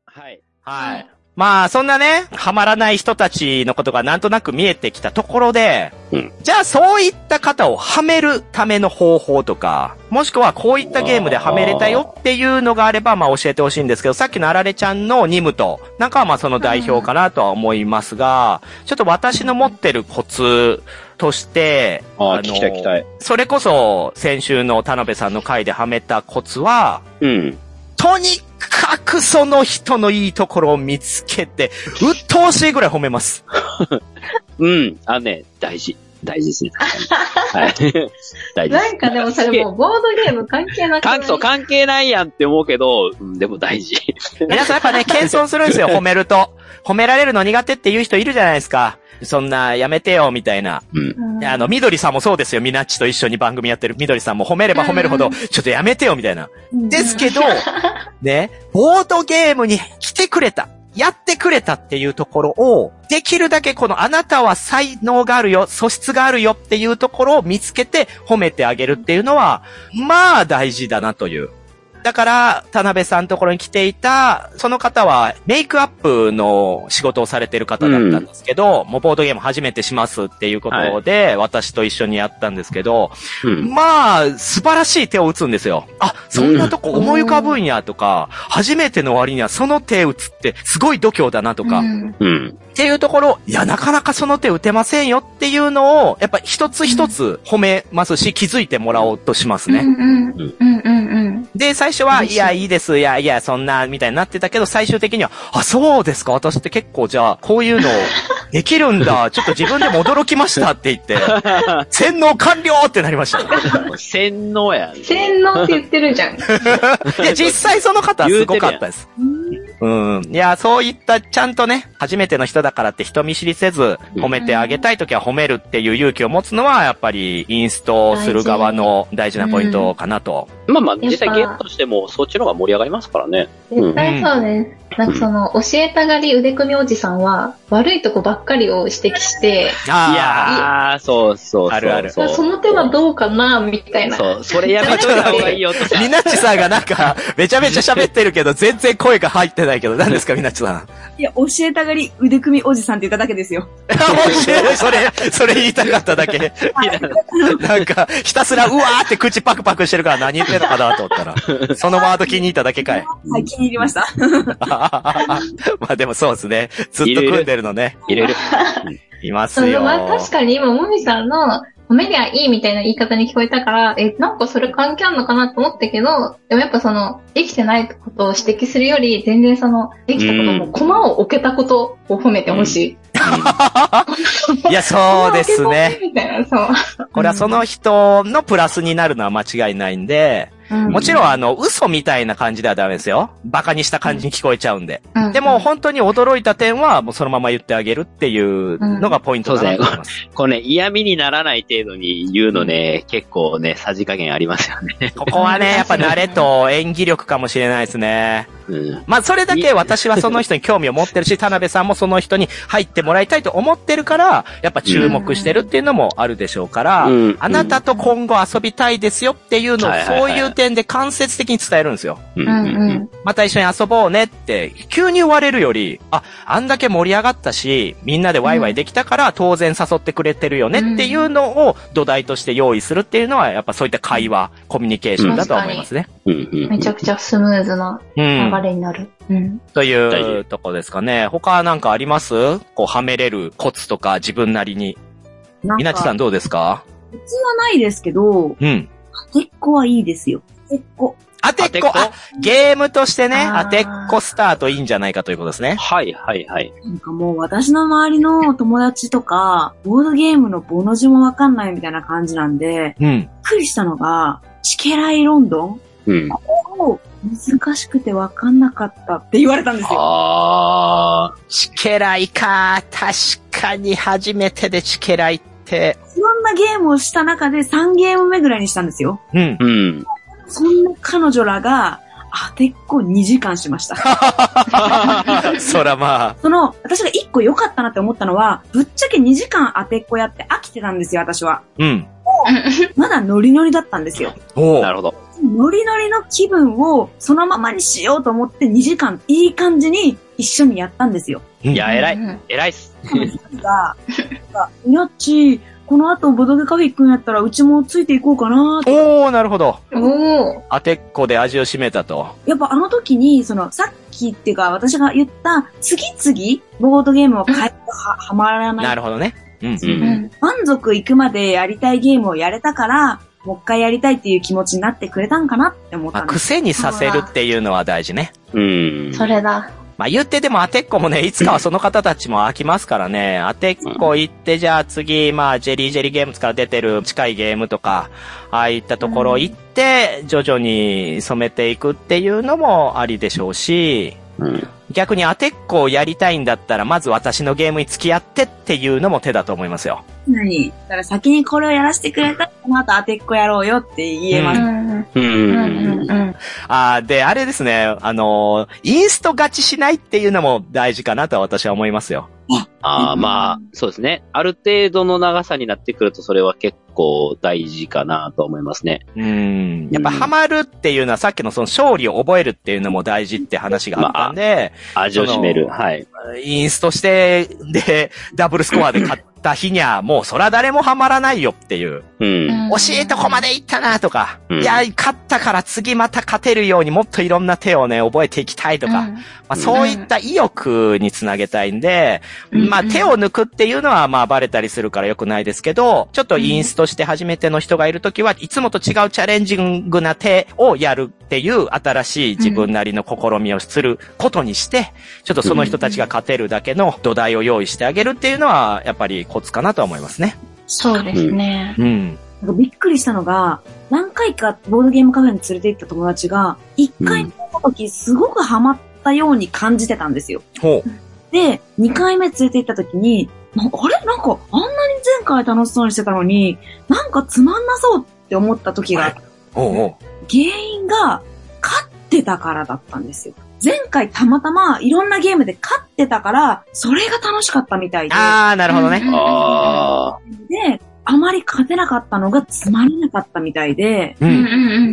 Speaker 3: はい。
Speaker 2: はい。まあ、そんなね、ハマらない人たちのことがなんとなく見えてきたところで、
Speaker 3: うん
Speaker 2: じゃあそういった方をはめるための方法とか、もしくはこういったゲームではめれたよっていうのがあれば、まあ教えてほしいんですけど、さっきのあられちゃんの任務と、なんかはまあその代表かなとは思いますが、ちょっと私の持ってるコツとして、
Speaker 3: ああ、
Speaker 2: の
Speaker 3: 聞きたい聞きたい。
Speaker 2: それこそ先週の田辺さんの回ではめたコツは、
Speaker 3: うん。
Speaker 2: とにかくその人のいいところを見つけて、鬱陶しいぐらい褒めます。
Speaker 3: うん。あのね、大事。大事ですね。 はい。 大事で
Speaker 4: な
Speaker 3: す
Speaker 4: ん。かでもそれもうボードゲーム関係なくない
Speaker 3: 関そう関係ないやんって思うけど、うんでも大事。
Speaker 2: 皆さんやっぱね、謙遜するんですよ、褒めると。褒められるの苦手っていう人いるじゃないですか。そんな、やめてよ、みたいな。
Speaker 3: うん。
Speaker 4: うん
Speaker 2: あの、みどりさんもそうですよ。みなっちと一緒に番組やってるみどりさんも褒めれば褒めるほど、ちょっとやめてよ、みたいな。ですけど、ね、ボードゲームに来てくれた。やってくれたっていうところを、できるだけこのあなたは才能があるよ、素質があるよっていうところを見つけて褒めてあげるっていうのは、まあ大事だなという。だから、田辺さんのところに来ていた、その方はメイクアップの仕事をされてる方だったんですけど、もうボードゲーム初めてしますっていうことで、私と一緒にやったんですけど、
Speaker 3: うん。
Speaker 2: まあ、素晴らしい手を打つんですよ。あ、そんなとこ思い浮かぶんやとか、初めての割にはその手打つってすごい度胸だなとか、
Speaker 4: う
Speaker 2: っ
Speaker 4: ん
Speaker 3: うん。
Speaker 2: ていうところ、いや、なかなかその手打てませんよっていうのを、やっぱ一つ一つ褒めますし、気づいてもらおうとします
Speaker 4: う
Speaker 2: ね。
Speaker 4: んうんうんうんうん。
Speaker 2: で、最初は、
Speaker 4: 嬉し
Speaker 2: い
Speaker 4: い
Speaker 2: や、いいです、いや、いや、そんな、みたいになってたけど、最終的には、あ、そうですか、私って結構じゃあ、こういうの、できるんだ、ちょっと自分でも驚きましたって言 って、洗脳完了ってなりました。
Speaker 3: 洗脳やん。
Speaker 4: 洗脳って言ってるじゃん。
Speaker 2: いや、実際その方はすごかったです。うん。いや、そういった、ちゃんとね、初めての人だからって人見知りせず、
Speaker 3: うん
Speaker 2: 褒めてあげたいときは褒めるっていう勇気を持つのは、やっぱり、インストする側の大事なポイントかなと。
Speaker 3: まあまあ、実際ゲームとしても、そっちの方が盛り上がりますからね。
Speaker 4: 絶対そうです。なんかその、教えたがり腕組みおじさんは、悪いとこばっかりを指摘して、
Speaker 3: い
Speaker 2: あ
Speaker 3: やー、そうそうそう。
Speaker 2: あるある
Speaker 4: その手はどうかなみたいな。
Speaker 3: そう、それやめといた方がいいよっ て
Speaker 2: あ。みなっちさんがなんか、めちゃめちゃ喋ってるけど、全然声が入ってないけど、何ですか、みなっちさ ん。
Speaker 5: いや、教えたがり腕組みおじさんって言っただけですよ。
Speaker 2: 面白い、それ、それ言いたかっただけ。なんか、ひたすら、うわーって口パクパクしてるから何言ってんのかなと思ったら、そのワード気に入っただけかい。
Speaker 5: はい、気に入りました。
Speaker 2: まあでもそうですね。ずっと組んでるのね。
Speaker 3: 入れる。
Speaker 2: いま
Speaker 4: そ
Speaker 2: す
Speaker 4: の
Speaker 2: よ。
Speaker 4: まあ確かに今、もみさんの、褒めりゃいいみたいな言い方に聞こえたから、え、なんかそれ関係あるのかなと思ったけど、でもやっぱその、できてないことを指摘するより、全然その、できたこと
Speaker 3: う
Speaker 4: も、駒を置けたことを褒めてほしい。
Speaker 2: いや、そうですね。
Speaker 4: みたいな、そう。
Speaker 2: これはその人のプラスになるのは間違いないんで、もちろんあの、嘘みたいな感じではダメですよ。バカにした感じに聞こえちゃうんで。
Speaker 4: うん
Speaker 2: でも、本当に驚いた点は、もうそのまま言ってあげるっていうのがポイントだなと思います。
Speaker 3: これね、嫌味にならない程度に言うのね、結構ね、さじ加減ありますよね。
Speaker 2: ここはね、やっぱ慣れと演技力かもしれないですね。
Speaker 3: うん。
Speaker 2: まあ、それだけ私はその人に興味を持ってる し、田辺さんもその人に入ってもらいたいと思ってるから、やっぱ注目してるっていうのもあるでしょうから、
Speaker 3: うん
Speaker 2: あなたと今後遊びたいですよっていうのを
Speaker 3: はい、はい
Speaker 2: そ
Speaker 3: は
Speaker 2: う
Speaker 3: い
Speaker 2: いう点で間接的に伝えるんですよ。
Speaker 3: うん
Speaker 4: うんうん。
Speaker 2: また一緒に遊ぼうねって、急に言われるより、あ、あんだけ盛り上がったし、みんなでワイワイできたから当然誘ってくれてるよねっていうのを土台として用意するっていうのは、やっぱそういった会話、コミュニケーションだとは思いますね。
Speaker 3: うんうんうん
Speaker 4: めちゃくちゃスムーズな
Speaker 2: うん。
Speaker 4: 流れになる。うん。
Speaker 2: と
Speaker 3: 大
Speaker 2: い
Speaker 3: 事
Speaker 2: うとこですかね。他なんかありますこう、はめれるコツとか自分なりに。
Speaker 5: なん
Speaker 2: みなちさんどうですか
Speaker 5: 普通はないですけど、
Speaker 2: うん。
Speaker 5: 当てっこはいいですよ。当てっこ。
Speaker 2: 当て
Speaker 3: 当
Speaker 2: って
Speaker 3: っ
Speaker 2: こ
Speaker 3: こ、
Speaker 2: あ、ゲームとしてね、
Speaker 4: あー
Speaker 2: 当てっこスタートいいんじゃないかということですね。
Speaker 3: はいはいはい。
Speaker 5: なんかもう私の周りの友達とか、ボードゲームのボの字もわかんないみたいな感じなんで、
Speaker 2: うん。
Speaker 5: びっくりしたのが、チケライロンドン
Speaker 3: うん。
Speaker 5: を難しくてわかんなかったって言われたんですよ。
Speaker 3: あ
Speaker 2: チケライか。確かに初めてでチケライって。
Speaker 5: いろんなゲームをした中で3ゲーム目ぐらいにしたんですよ。
Speaker 2: うん。
Speaker 3: ー。うん。
Speaker 5: そんな彼女らが、当てっこ2時間しました。
Speaker 2: そらま
Speaker 5: その、私が1個良かったなって思ったのは、ぶっちゃけ2時間当てっこやって飽きてたんですよ、私は
Speaker 2: あ。。うん。
Speaker 5: まだノリノリだったんですよ。
Speaker 2: お
Speaker 3: な
Speaker 2: う
Speaker 3: るほど。
Speaker 5: ノリノリの気分をそのままにしようと思って2時間いい感じに一緒にやったんですよ。
Speaker 2: い
Speaker 3: いや、偉い。
Speaker 4: い。
Speaker 3: 偉いっす。
Speaker 5: が、みなっち、この後ボドゲカフェ行くんやったらうちもついていこうかなと。
Speaker 2: おー、なるほど。
Speaker 4: おお。
Speaker 2: 当てっこで味を占めたと。
Speaker 5: やっぱあの時に、その、さっきっていうか私が言った、次々ボードゲームを変えては、はまらない
Speaker 2: なるほどね。うん。
Speaker 3: う。
Speaker 4: うんん。
Speaker 5: 満足いくまでやりたいゲームをやれたから、もう一回やりたいっていう気持ちになってくれたんかなって思っ
Speaker 2: ま
Speaker 5: た
Speaker 2: あ、
Speaker 5: んです。
Speaker 2: 癖にさせるっていうのは大事ね。
Speaker 3: うん。
Speaker 4: それだ。
Speaker 2: まあ言ってでも当てっこもね、いつかはその方たちも飽きますからね、当てっこ行って、じゃあ次、まあジェリージェリーゲームズから出てる近いゲームとか、ああいったところ行って、徐々に染めていくっていうのもありでしょうし、
Speaker 3: うん。
Speaker 2: 逆に当てっこをやりたいんだったら、まず私のゲームに付き合ってっていうのも手だと思いますよ。
Speaker 5: 何だから先にこれをやらせてくれたら、この後当てっこやろうよって言え
Speaker 4: う
Speaker 5: ます。
Speaker 4: ん。
Speaker 3: う。
Speaker 4: うんん。うん。
Speaker 2: ああ、で、あれですね、あのーインスト勝ちしないっていうのも大事かなと私は思いますよ。
Speaker 3: ああ、まあ、そうですね。ある程度の長さになってくると、それは結構大事かなと思いますね。
Speaker 2: うん。やっぱハマるっていうのはさっきのその勝利を覚えるっていうのも大事って話があったんで、
Speaker 3: 味を占める。はい。
Speaker 2: インストして、で、ダブルスコアで勝った日には、もうそら誰もハマらないよっていう。
Speaker 3: うん。
Speaker 2: 惜しいとこまで行ったなとか、
Speaker 3: うん
Speaker 2: いや、勝ったから次また勝てるようにもっといろんな手をね、覚えていきたいとか、まあ、そういった意欲につなげたいんで、
Speaker 4: うん
Speaker 2: まあ手を抜くっていうのはまあバレたりするから良くないですけど、ちょっとインストして初めての人がいるときはいつもと違うチャレンジングな手をやるっていう新しい自分なりの試みをすることにして、ちょっとその人たちが勝てるだけの土台を用意してあげるっていうのはやっぱりコツかなとは思いますね。
Speaker 4: そうですね。
Speaker 2: うん。
Speaker 5: なんかびっくりしたのが、何回かボードゲームカフェに連れて行った友達が、一回目の時すごくハマったように感じてたんですよ。
Speaker 2: ほう。
Speaker 5: で、2回目連れて行った時に、なあれなんかあんなに前回楽しそうにしてたのに、なんかつまんなそうって思った時があって
Speaker 2: おうおう。
Speaker 5: 原因が勝ってたからだったんですよ。前回たまたまいろんなゲームで勝ってたから、それが楽しかったみたいで、
Speaker 2: あー、なるほどね。
Speaker 3: ああ。
Speaker 5: で、あまり勝てなかったのがつまらなかったみたいで、
Speaker 2: う。
Speaker 4: うん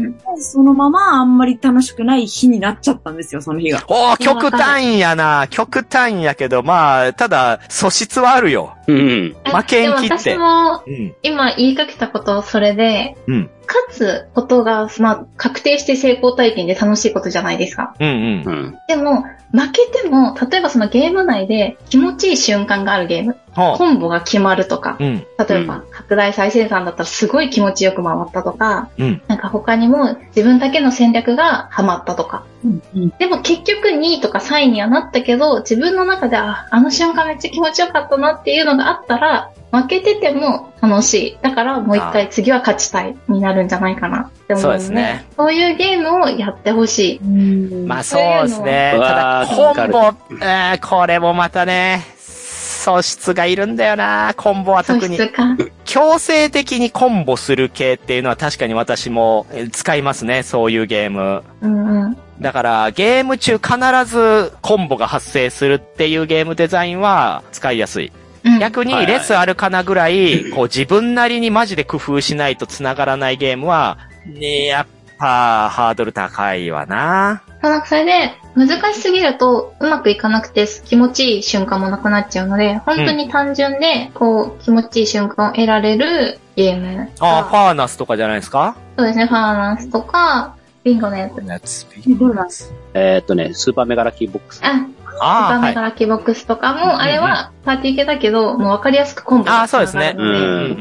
Speaker 4: ん。うん。
Speaker 5: そのままあんまり楽しくない日になっちゃったんですよ、その日が。
Speaker 2: おー、極端やな。極端やけど、まあ、ただ、素質はあるよ。
Speaker 3: うん。
Speaker 2: 負けん気って
Speaker 4: でも私も
Speaker 2: うん。
Speaker 4: 今言いかけたことそれで、
Speaker 2: うん
Speaker 4: 勝つことが、まあ、確定して成功体験で楽しいことじゃないですか。
Speaker 2: うんうん
Speaker 3: う。ん。
Speaker 4: でも、負けても、例えばそのゲーム内で気持ちいい瞬間があるゲーム、
Speaker 2: ほう。
Speaker 4: コンボが決まるとか、
Speaker 2: うん。
Speaker 4: 例え
Speaker 3: う
Speaker 4: ば拡大再生産だったらすごい気持ちよく回ったとか、
Speaker 2: うん
Speaker 4: なんか他にも自分だけの戦略がハマったとか。
Speaker 5: うんうん
Speaker 4: でも結局2位とか3位にはなったけど、自分の中で、あ、あの瞬間めっちゃ気持ちよかったなっていうのがあったら、負けてても楽しい。だからもう一
Speaker 2: あ
Speaker 4: 回次は勝ちたいになるんじゃないかなって思う、
Speaker 2: そうですね。
Speaker 4: そういうゲームをやってほしい。
Speaker 2: まあそうですね。
Speaker 3: そういうの
Speaker 2: ただ、
Speaker 3: う
Speaker 2: コ
Speaker 3: わー
Speaker 2: ンボ、えーこれもまたね、素質がいるんだよな。コンボは
Speaker 4: 素
Speaker 2: 特に。
Speaker 4: 質か。
Speaker 2: 強制的にコンボする系っていうのは確かに私もえー使いますね。そういうゲーム。
Speaker 4: うんうん。
Speaker 2: だから、ゲーム中必ずコンボが発生するっていうゲームデザインは使いやすい。
Speaker 4: うん
Speaker 2: 逆に
Speaker 3: はいはい
Speaker 2: レスあるかなぐらい、こう自分なりにマジで工夫しないと繋がらないゲームは、ねやっぱハードル高いわな。
Speaker 4: そうなんかそれで、難しすぎるとうまくいかなくて気持ちいい瞬間もなくなっちゃうので、本当に単純で、こう、気持ちいい瞬間を得られるゲーム。
Speaker 2: ああ、ファーナスとかじゃないですか
Speaker 4: そうですね、ファーナスとか、ビンゴのやつ。
Speaker 2: やつ、ビ
Speaker 5: えどうなんです
Speaker 3: えーっとね、スーパーメガラッキーボックス。
Speaker 4: あ、スーパ
Speaker 2: ああ、
Speaker 4: ー
Speaker 2: は
Speaker 4: メ
Speaker 2: い。
Speaker 4: ガラッキーボックスとか
Speaker 2: うんうん
Speaker 4: も、あれはパーティー系だけど、もうわかりやすくコンボ。
Speaker 2: ああ、そうですね。
Speaker 3: う
Speaker 2: うんん、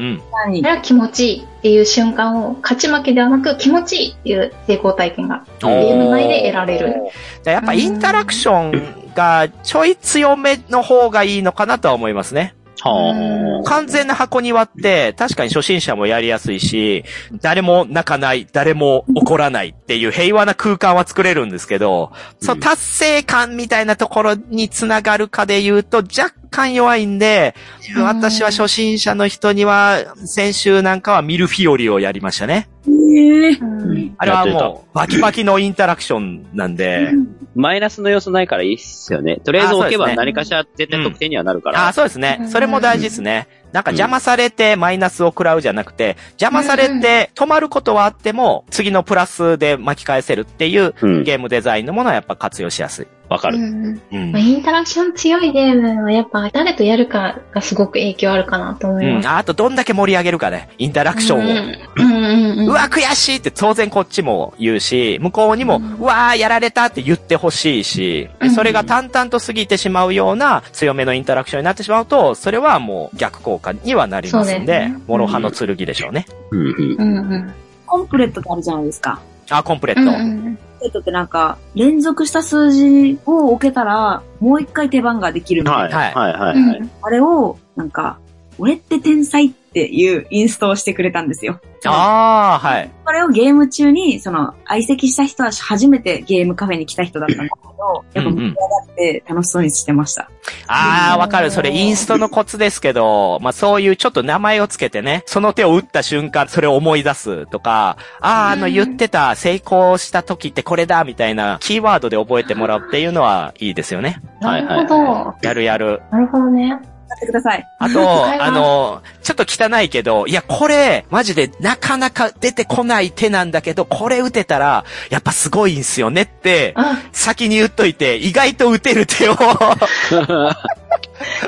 Speaker 4: あれは気持ちいいっていう瞬間を、勝ち負けではなく気持ちいいっていう成功体験が、
Speaker 2: う
Speaker 4: ゲーム
Speaker 2: ん。
Speaker 4: 内で得られる。
Speaker 2: じゃあやっぱインタラクションがちょい強めの方がいいのかなとは思いますね。
Speaker 3: はあ。
Speaker 2: 完全な箱庭って、確かに初心者もやりやすいし、誰も泣かない、誰も怒らないっていう平和な空間は作れるんですけど、そうの
Speaker 3: ん
Speaker 2: 達成感みたいなところにつながるかで言うと若干弱いんで、
Speaker 4: うん
Speaker 2: 私は初心者の人には、先週なんかはミルフィオリをやりましたね。
Speaker 5: ええ。
Speaker 4: うん
Speaker 2: あれは
Speaker 3: やって
Speaker 2: もう、バキバキのインタラクションなん で、
Speaker 3: マイナスの要素ないからいいっすよね。とりあえず置け
Speaker 2: あそう
Speaker 3: ば
Speaker 2: ですね
Speaker 3: 何かしら絶対得点にはなるから。
Speaker 2: ああ、そうですね
Speaker 4: う。ん
Speaker 2: それも大事ですね。なんか邪魔されてマイナスを食らうじゃなくて、邪魔されて止まることはあっても、次のプラスで巻き返せるっていう
Speaker 3: うん。
Speaker 2: ゲームデザインのものはやっぱ活用しやすい。
Speaker 3: わか
Speaker 4: う
Speaker 3: る。
Speaker 4: ん
Speaker 2: うん
Speaker 4: まあ、。インタラクション強いゲームはやっぱ誰とやるかがすごく影響あるかなと思
Speaker 2: う
Speaker 4: います
Speaker 2: ん。。ああとどんだけ盛り上げるかね。インタラクションを。
Speaker 4: うんうんうん。
Speaker 2: うわ、悔しいって当然こっちも言うし、向こうにも、
Speaker 4: うん
Speaker 2: うわー、やられたって言ってほしいし、
Speaker 4: う
Speaker 2: で
Speaker 4: ん
Speaker 2: それが淡々と過ぎてしまうような強めのインタラクションになってしまうと、それはもう逆効果にはなりますん
Speaker 4: そうで
Speaker 2: で、
Speaker 4: すね
Speaker 2: 諸刃の剣でしょうね。
Speaker 3: うんうん。
Speaker 4: うんうん。
Speaker 5: コンプレットってあるじゃないですか。
Speaker 2: あ、コンプレッ
Speaker 4: うん
Speaker 2: ト。
Speaker 4: うん
Speaker 5: コンプレットってなんか、連続した数字を置けたら、もう一回手番ができるみたいな。
Speaker 3: はい。はい。は
Speaker 4: う
Speaker 3: い。はい
Speaker 4: ん。
Speaker 5: あれを、なんか、俺って天才っていうインストをしてくれたんですよ。
Speaker 2: ああ、はい。
Speaker 5: これをゲーム中に、その、相席した人は初めてゲームカフェに来た人だったんだけど、やっぱ盛り上がって楽しそうにしてました。
Speaker 2: ああ、わかる。それインストのコツですけど、まあそういうちょっと名前をつけてね、その手を打った瞬間、それを思い出すとか、ああ、あの
Speaker 4: うん
Speaker 2: 言ってた、成功した時ってこれだ、みたいなキーワードで覚えてもらうっていうのはいいですよね。
Speaker 3: はい
Speaker 4: なるほど。
Speaker 2: やるやる。
Speaker 4: なるほどね。
Speaker 5: やってください。
Speaker 2: あ
Speaker 4: わ
Speaker 2: と、
Speaker 4: かりま
Speaker 2: あ
Speaker 4: す
Speaker 2: の、ちょっと汚いけど、いや、これ、マジでなかなか出てこない手なんだけど、これ打てたら、やっぱすごいんすよねって、
Speaker 4: あ、
Speaker 2: 先に言っといて、意外と打てる手を、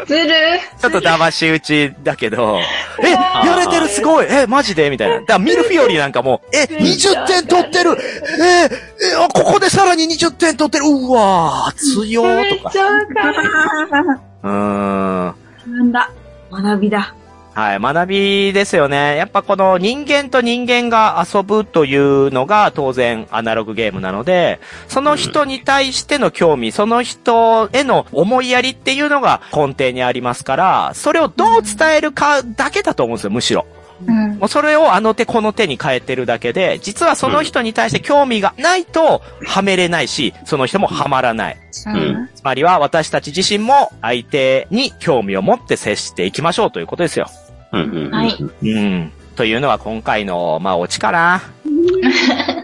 Speaker 4: ずる
Speaker 2: ちょっと騙し打ちだけど、え、
Speaker 4: わ
Speaker 3: ー
Speaker 2: やれてるすごいえ、マジでみたいな。だからミルフィオリなんかも、え、20点取ってるえーえーあここでさらに20点取ってるうわー、強
Speaker 4: め
Speaker 2: ー
Speaker 4: っ
Speaker 2: とか。
Speaker 4: ちゃわかる。
Speaker 2: うーん。
Speaker 5: 学んだ。学びだ。
Speaker 2: はい、学びですよね。やっぱこの人間と人間が遊ぶというのが当然アナログゲームなので、その人に対しての興味、その人への思いやりっていうのが根底にありますから、それをどう伝えるかだけだと思うんですよ、むしろ。
Speaker 4: うん。
Speaker 2: もうそれをあの手この手に変えてるだけで、実はその人に対して興味がないと、はめれないし、その人もはまらない。
Speaker 4: うん
Speaker 2: つまりは私たち自身も相手に興味を持って接していきましょうということですよ。
Speaker 3: うんうんうん
Speaker 4: はい
Speaker 2: うん。というのは今回の、まあ、オチかな。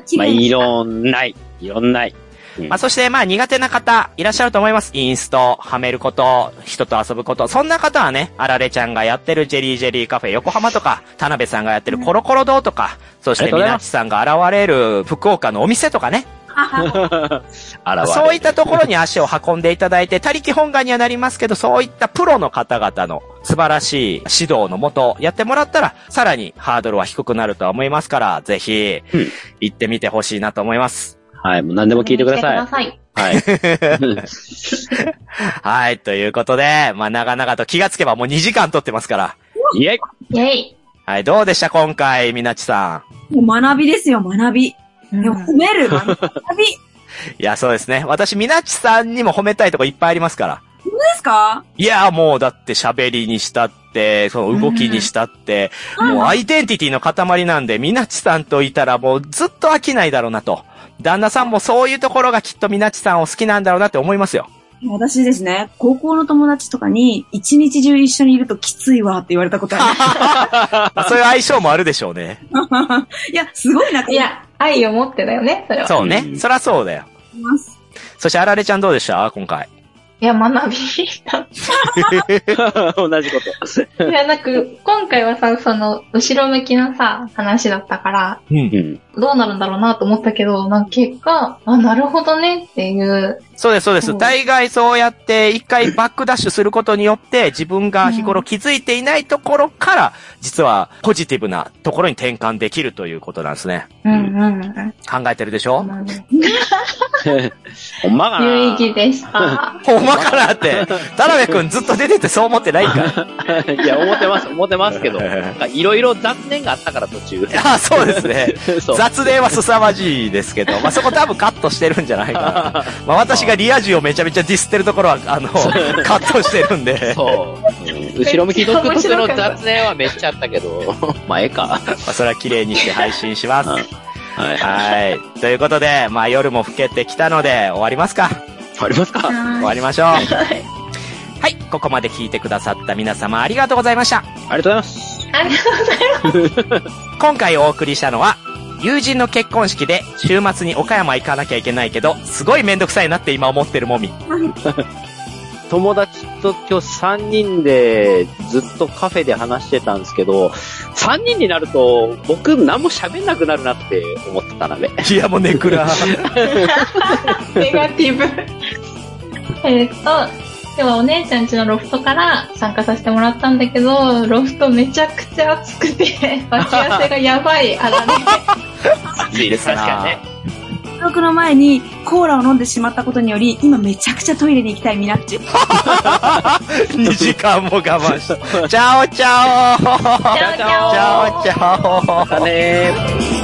Speaker 5: 綺
Speaker 3: まあ、
Speaker 5: 麗
Speaker 3: い
Speaker 5: に
Speaker 3: ろんない。いろんない。
Speaker 2: まあ、そして、まあ、苦手な方、いらっしゃると思います。インスト、はめること、人と遊ぶこと。そんな方はね、あられちゃんがやってるジェリージェリーカフェ横浜とか、田辺さんがやってるコロコロ堂とか、そし
Speaker 3: あ
Speaker 2: て
Speaker 3: りがとう
Speaker 2: み
Speaker 3: ござい
Speaker 2: な
Speaker 3: ま
Speaker 2: ちさんが現れる福岡のお店とかね。
Speaker 3: あらわ。
Speaker 2: そういったところに足を運んでいただいて、他力本願にはなりますけど、そういったプロの方々の素晴らしい指導のもとやってもらったら、さらにハードルは低くなるとは思いますから、ぜひ
Speaker 3: うん、
Speaker 2: 行ってみてほしいなと思います。
Speaker 3: はい。もう何でも聞いてください。
Speaker 4: 聞い。
Speaker 3: はい。
Speaker 2: はい、ということで、まあ、長々と気がつけばもう2時間撮ってますから。
Speaker 3: イェイ
Speaker 4: イェイ。
Speaker 2: はい、どうでした今回、みなちさ
Speaker 5: もう学びですよ、学び。でも褒める、学び。学び
Speaker 2: ん。いや、そうですね。私、みなちさんにも褒めたいとこいっぱいありますから。
Speaker 5: ですか
Speaker 2: いや、もう、だって喋りにしたって、その動きにしたって、もうアイデンティティの塊なんで、みなちさんといたらもうずっと飽きないだろうなと。旦那さんもそういうところがきっとみなちさんを好きなんだろうなって思いますよ。
Speaker 5: 私ですね、高校の友達とかに、一日中一緒にいるときついわって言われたことあ
Speaker 2: まあそういう相性もあるでしょうね。
Speaker 5: る。いや、すごいなって
Speaker 4: いや、愛を持ってだよね、それは。
Speaker 2: そう
Speaker 3: う
Speaker 2: ね。
Speaker 3: ん
Speaker 2: そらそうだよ。
Speaker 5: 思います。
Speaker 2: そして、あられちゃんどうでした今回。
Speaker 4: いや、学びした。
Speaker 3: 同じこと。
Speaker 4: いや、なんか、今回はさ、その、後ろ向きなさ、話だったから、
Speaker 2: うん
Speaker 3: う。ん。
Speaker 4: どうなるんだろうなと思ったけど、なんか結果、あ、なるほどねっていう、
Speaker 2: そうです、そうで
Speaker 5: う
Speaker 2: す。
Speaker 5: ん
Speaker 2: 大概そうやって一回バックダッシュすることによって自分が日頃気づいていないところから実はポジティブなところに転換できるということなんですね。
Speaker 4: うんうんうん。
Speaker 2: 考えてるでしょ
Speaker 3: ほんまかな
Speaker 4: 有意義でした。
Speaker 2: ほんまかなって。田辺くんずっと出ててそう思ってないんかい。
Speaker 3: いや、思ってます、思ってますけど。なんかいろいろ雑念があったから途中。
Speaker 2: ああ、 そうですね。
Speaker 3: そう。
Speaker 2: 雑念は凄まじいですけど、まあ、そこ多分カットしてるんじゃないか な。まあ、私がリア充をめちゃめちゃディスってるところは、あの、カットしてるん で、ま
Speaker 3: そう。うん後ろ向き独特の雑念はめっちゃあったけど。 まあ、ええか。
Speaker 2: あ、それは綺麗にして配信します。
Speaker 3: うんはい。
Speaker 2: はい。ということで、まあ、夜も更けてきたので、終わりますか。
Speaker 3: 終わりますか
Speaker 2: 終わりましょう。はい。ここまで聞いてくださった皆様ありがとうございました。
Speaker 3: ありがとうございます。
Speaker 4: ありがとうござい
Speaker 2: 今回お送りしたのは、友人の結婚式で週末に岡山行かなきゃいけないけど、すごいめんどくさいなって今思ってるもみ。
Speaker 3: 友達と今日3人でずっとカフェで話してたんですけど、3人になると僕何も喋んなくなるなって思ってたなで。
Speaker 2: いやもうネクラ。
Speaker 4: ます。ネガティ ブ。えーっと、今日はお姉ちゃん家のロフトから参加させてもらったんだけど、ロフトめちゃくちゃ暑くて、 脇汗がやばい あらね。
Speaker 3: 暑いです、確かにね。
Speaker 5: 収録の前にコーラを飲んでしまったことにより、今めちゃくちゃトイレに行きたいミナッチ。
Speaker 2: 2時間も我慢した。チャオチャオ
Speaker 4: ちゃおちゃお
Speaker 2: チャオチャオ
Speaker 3: だねー。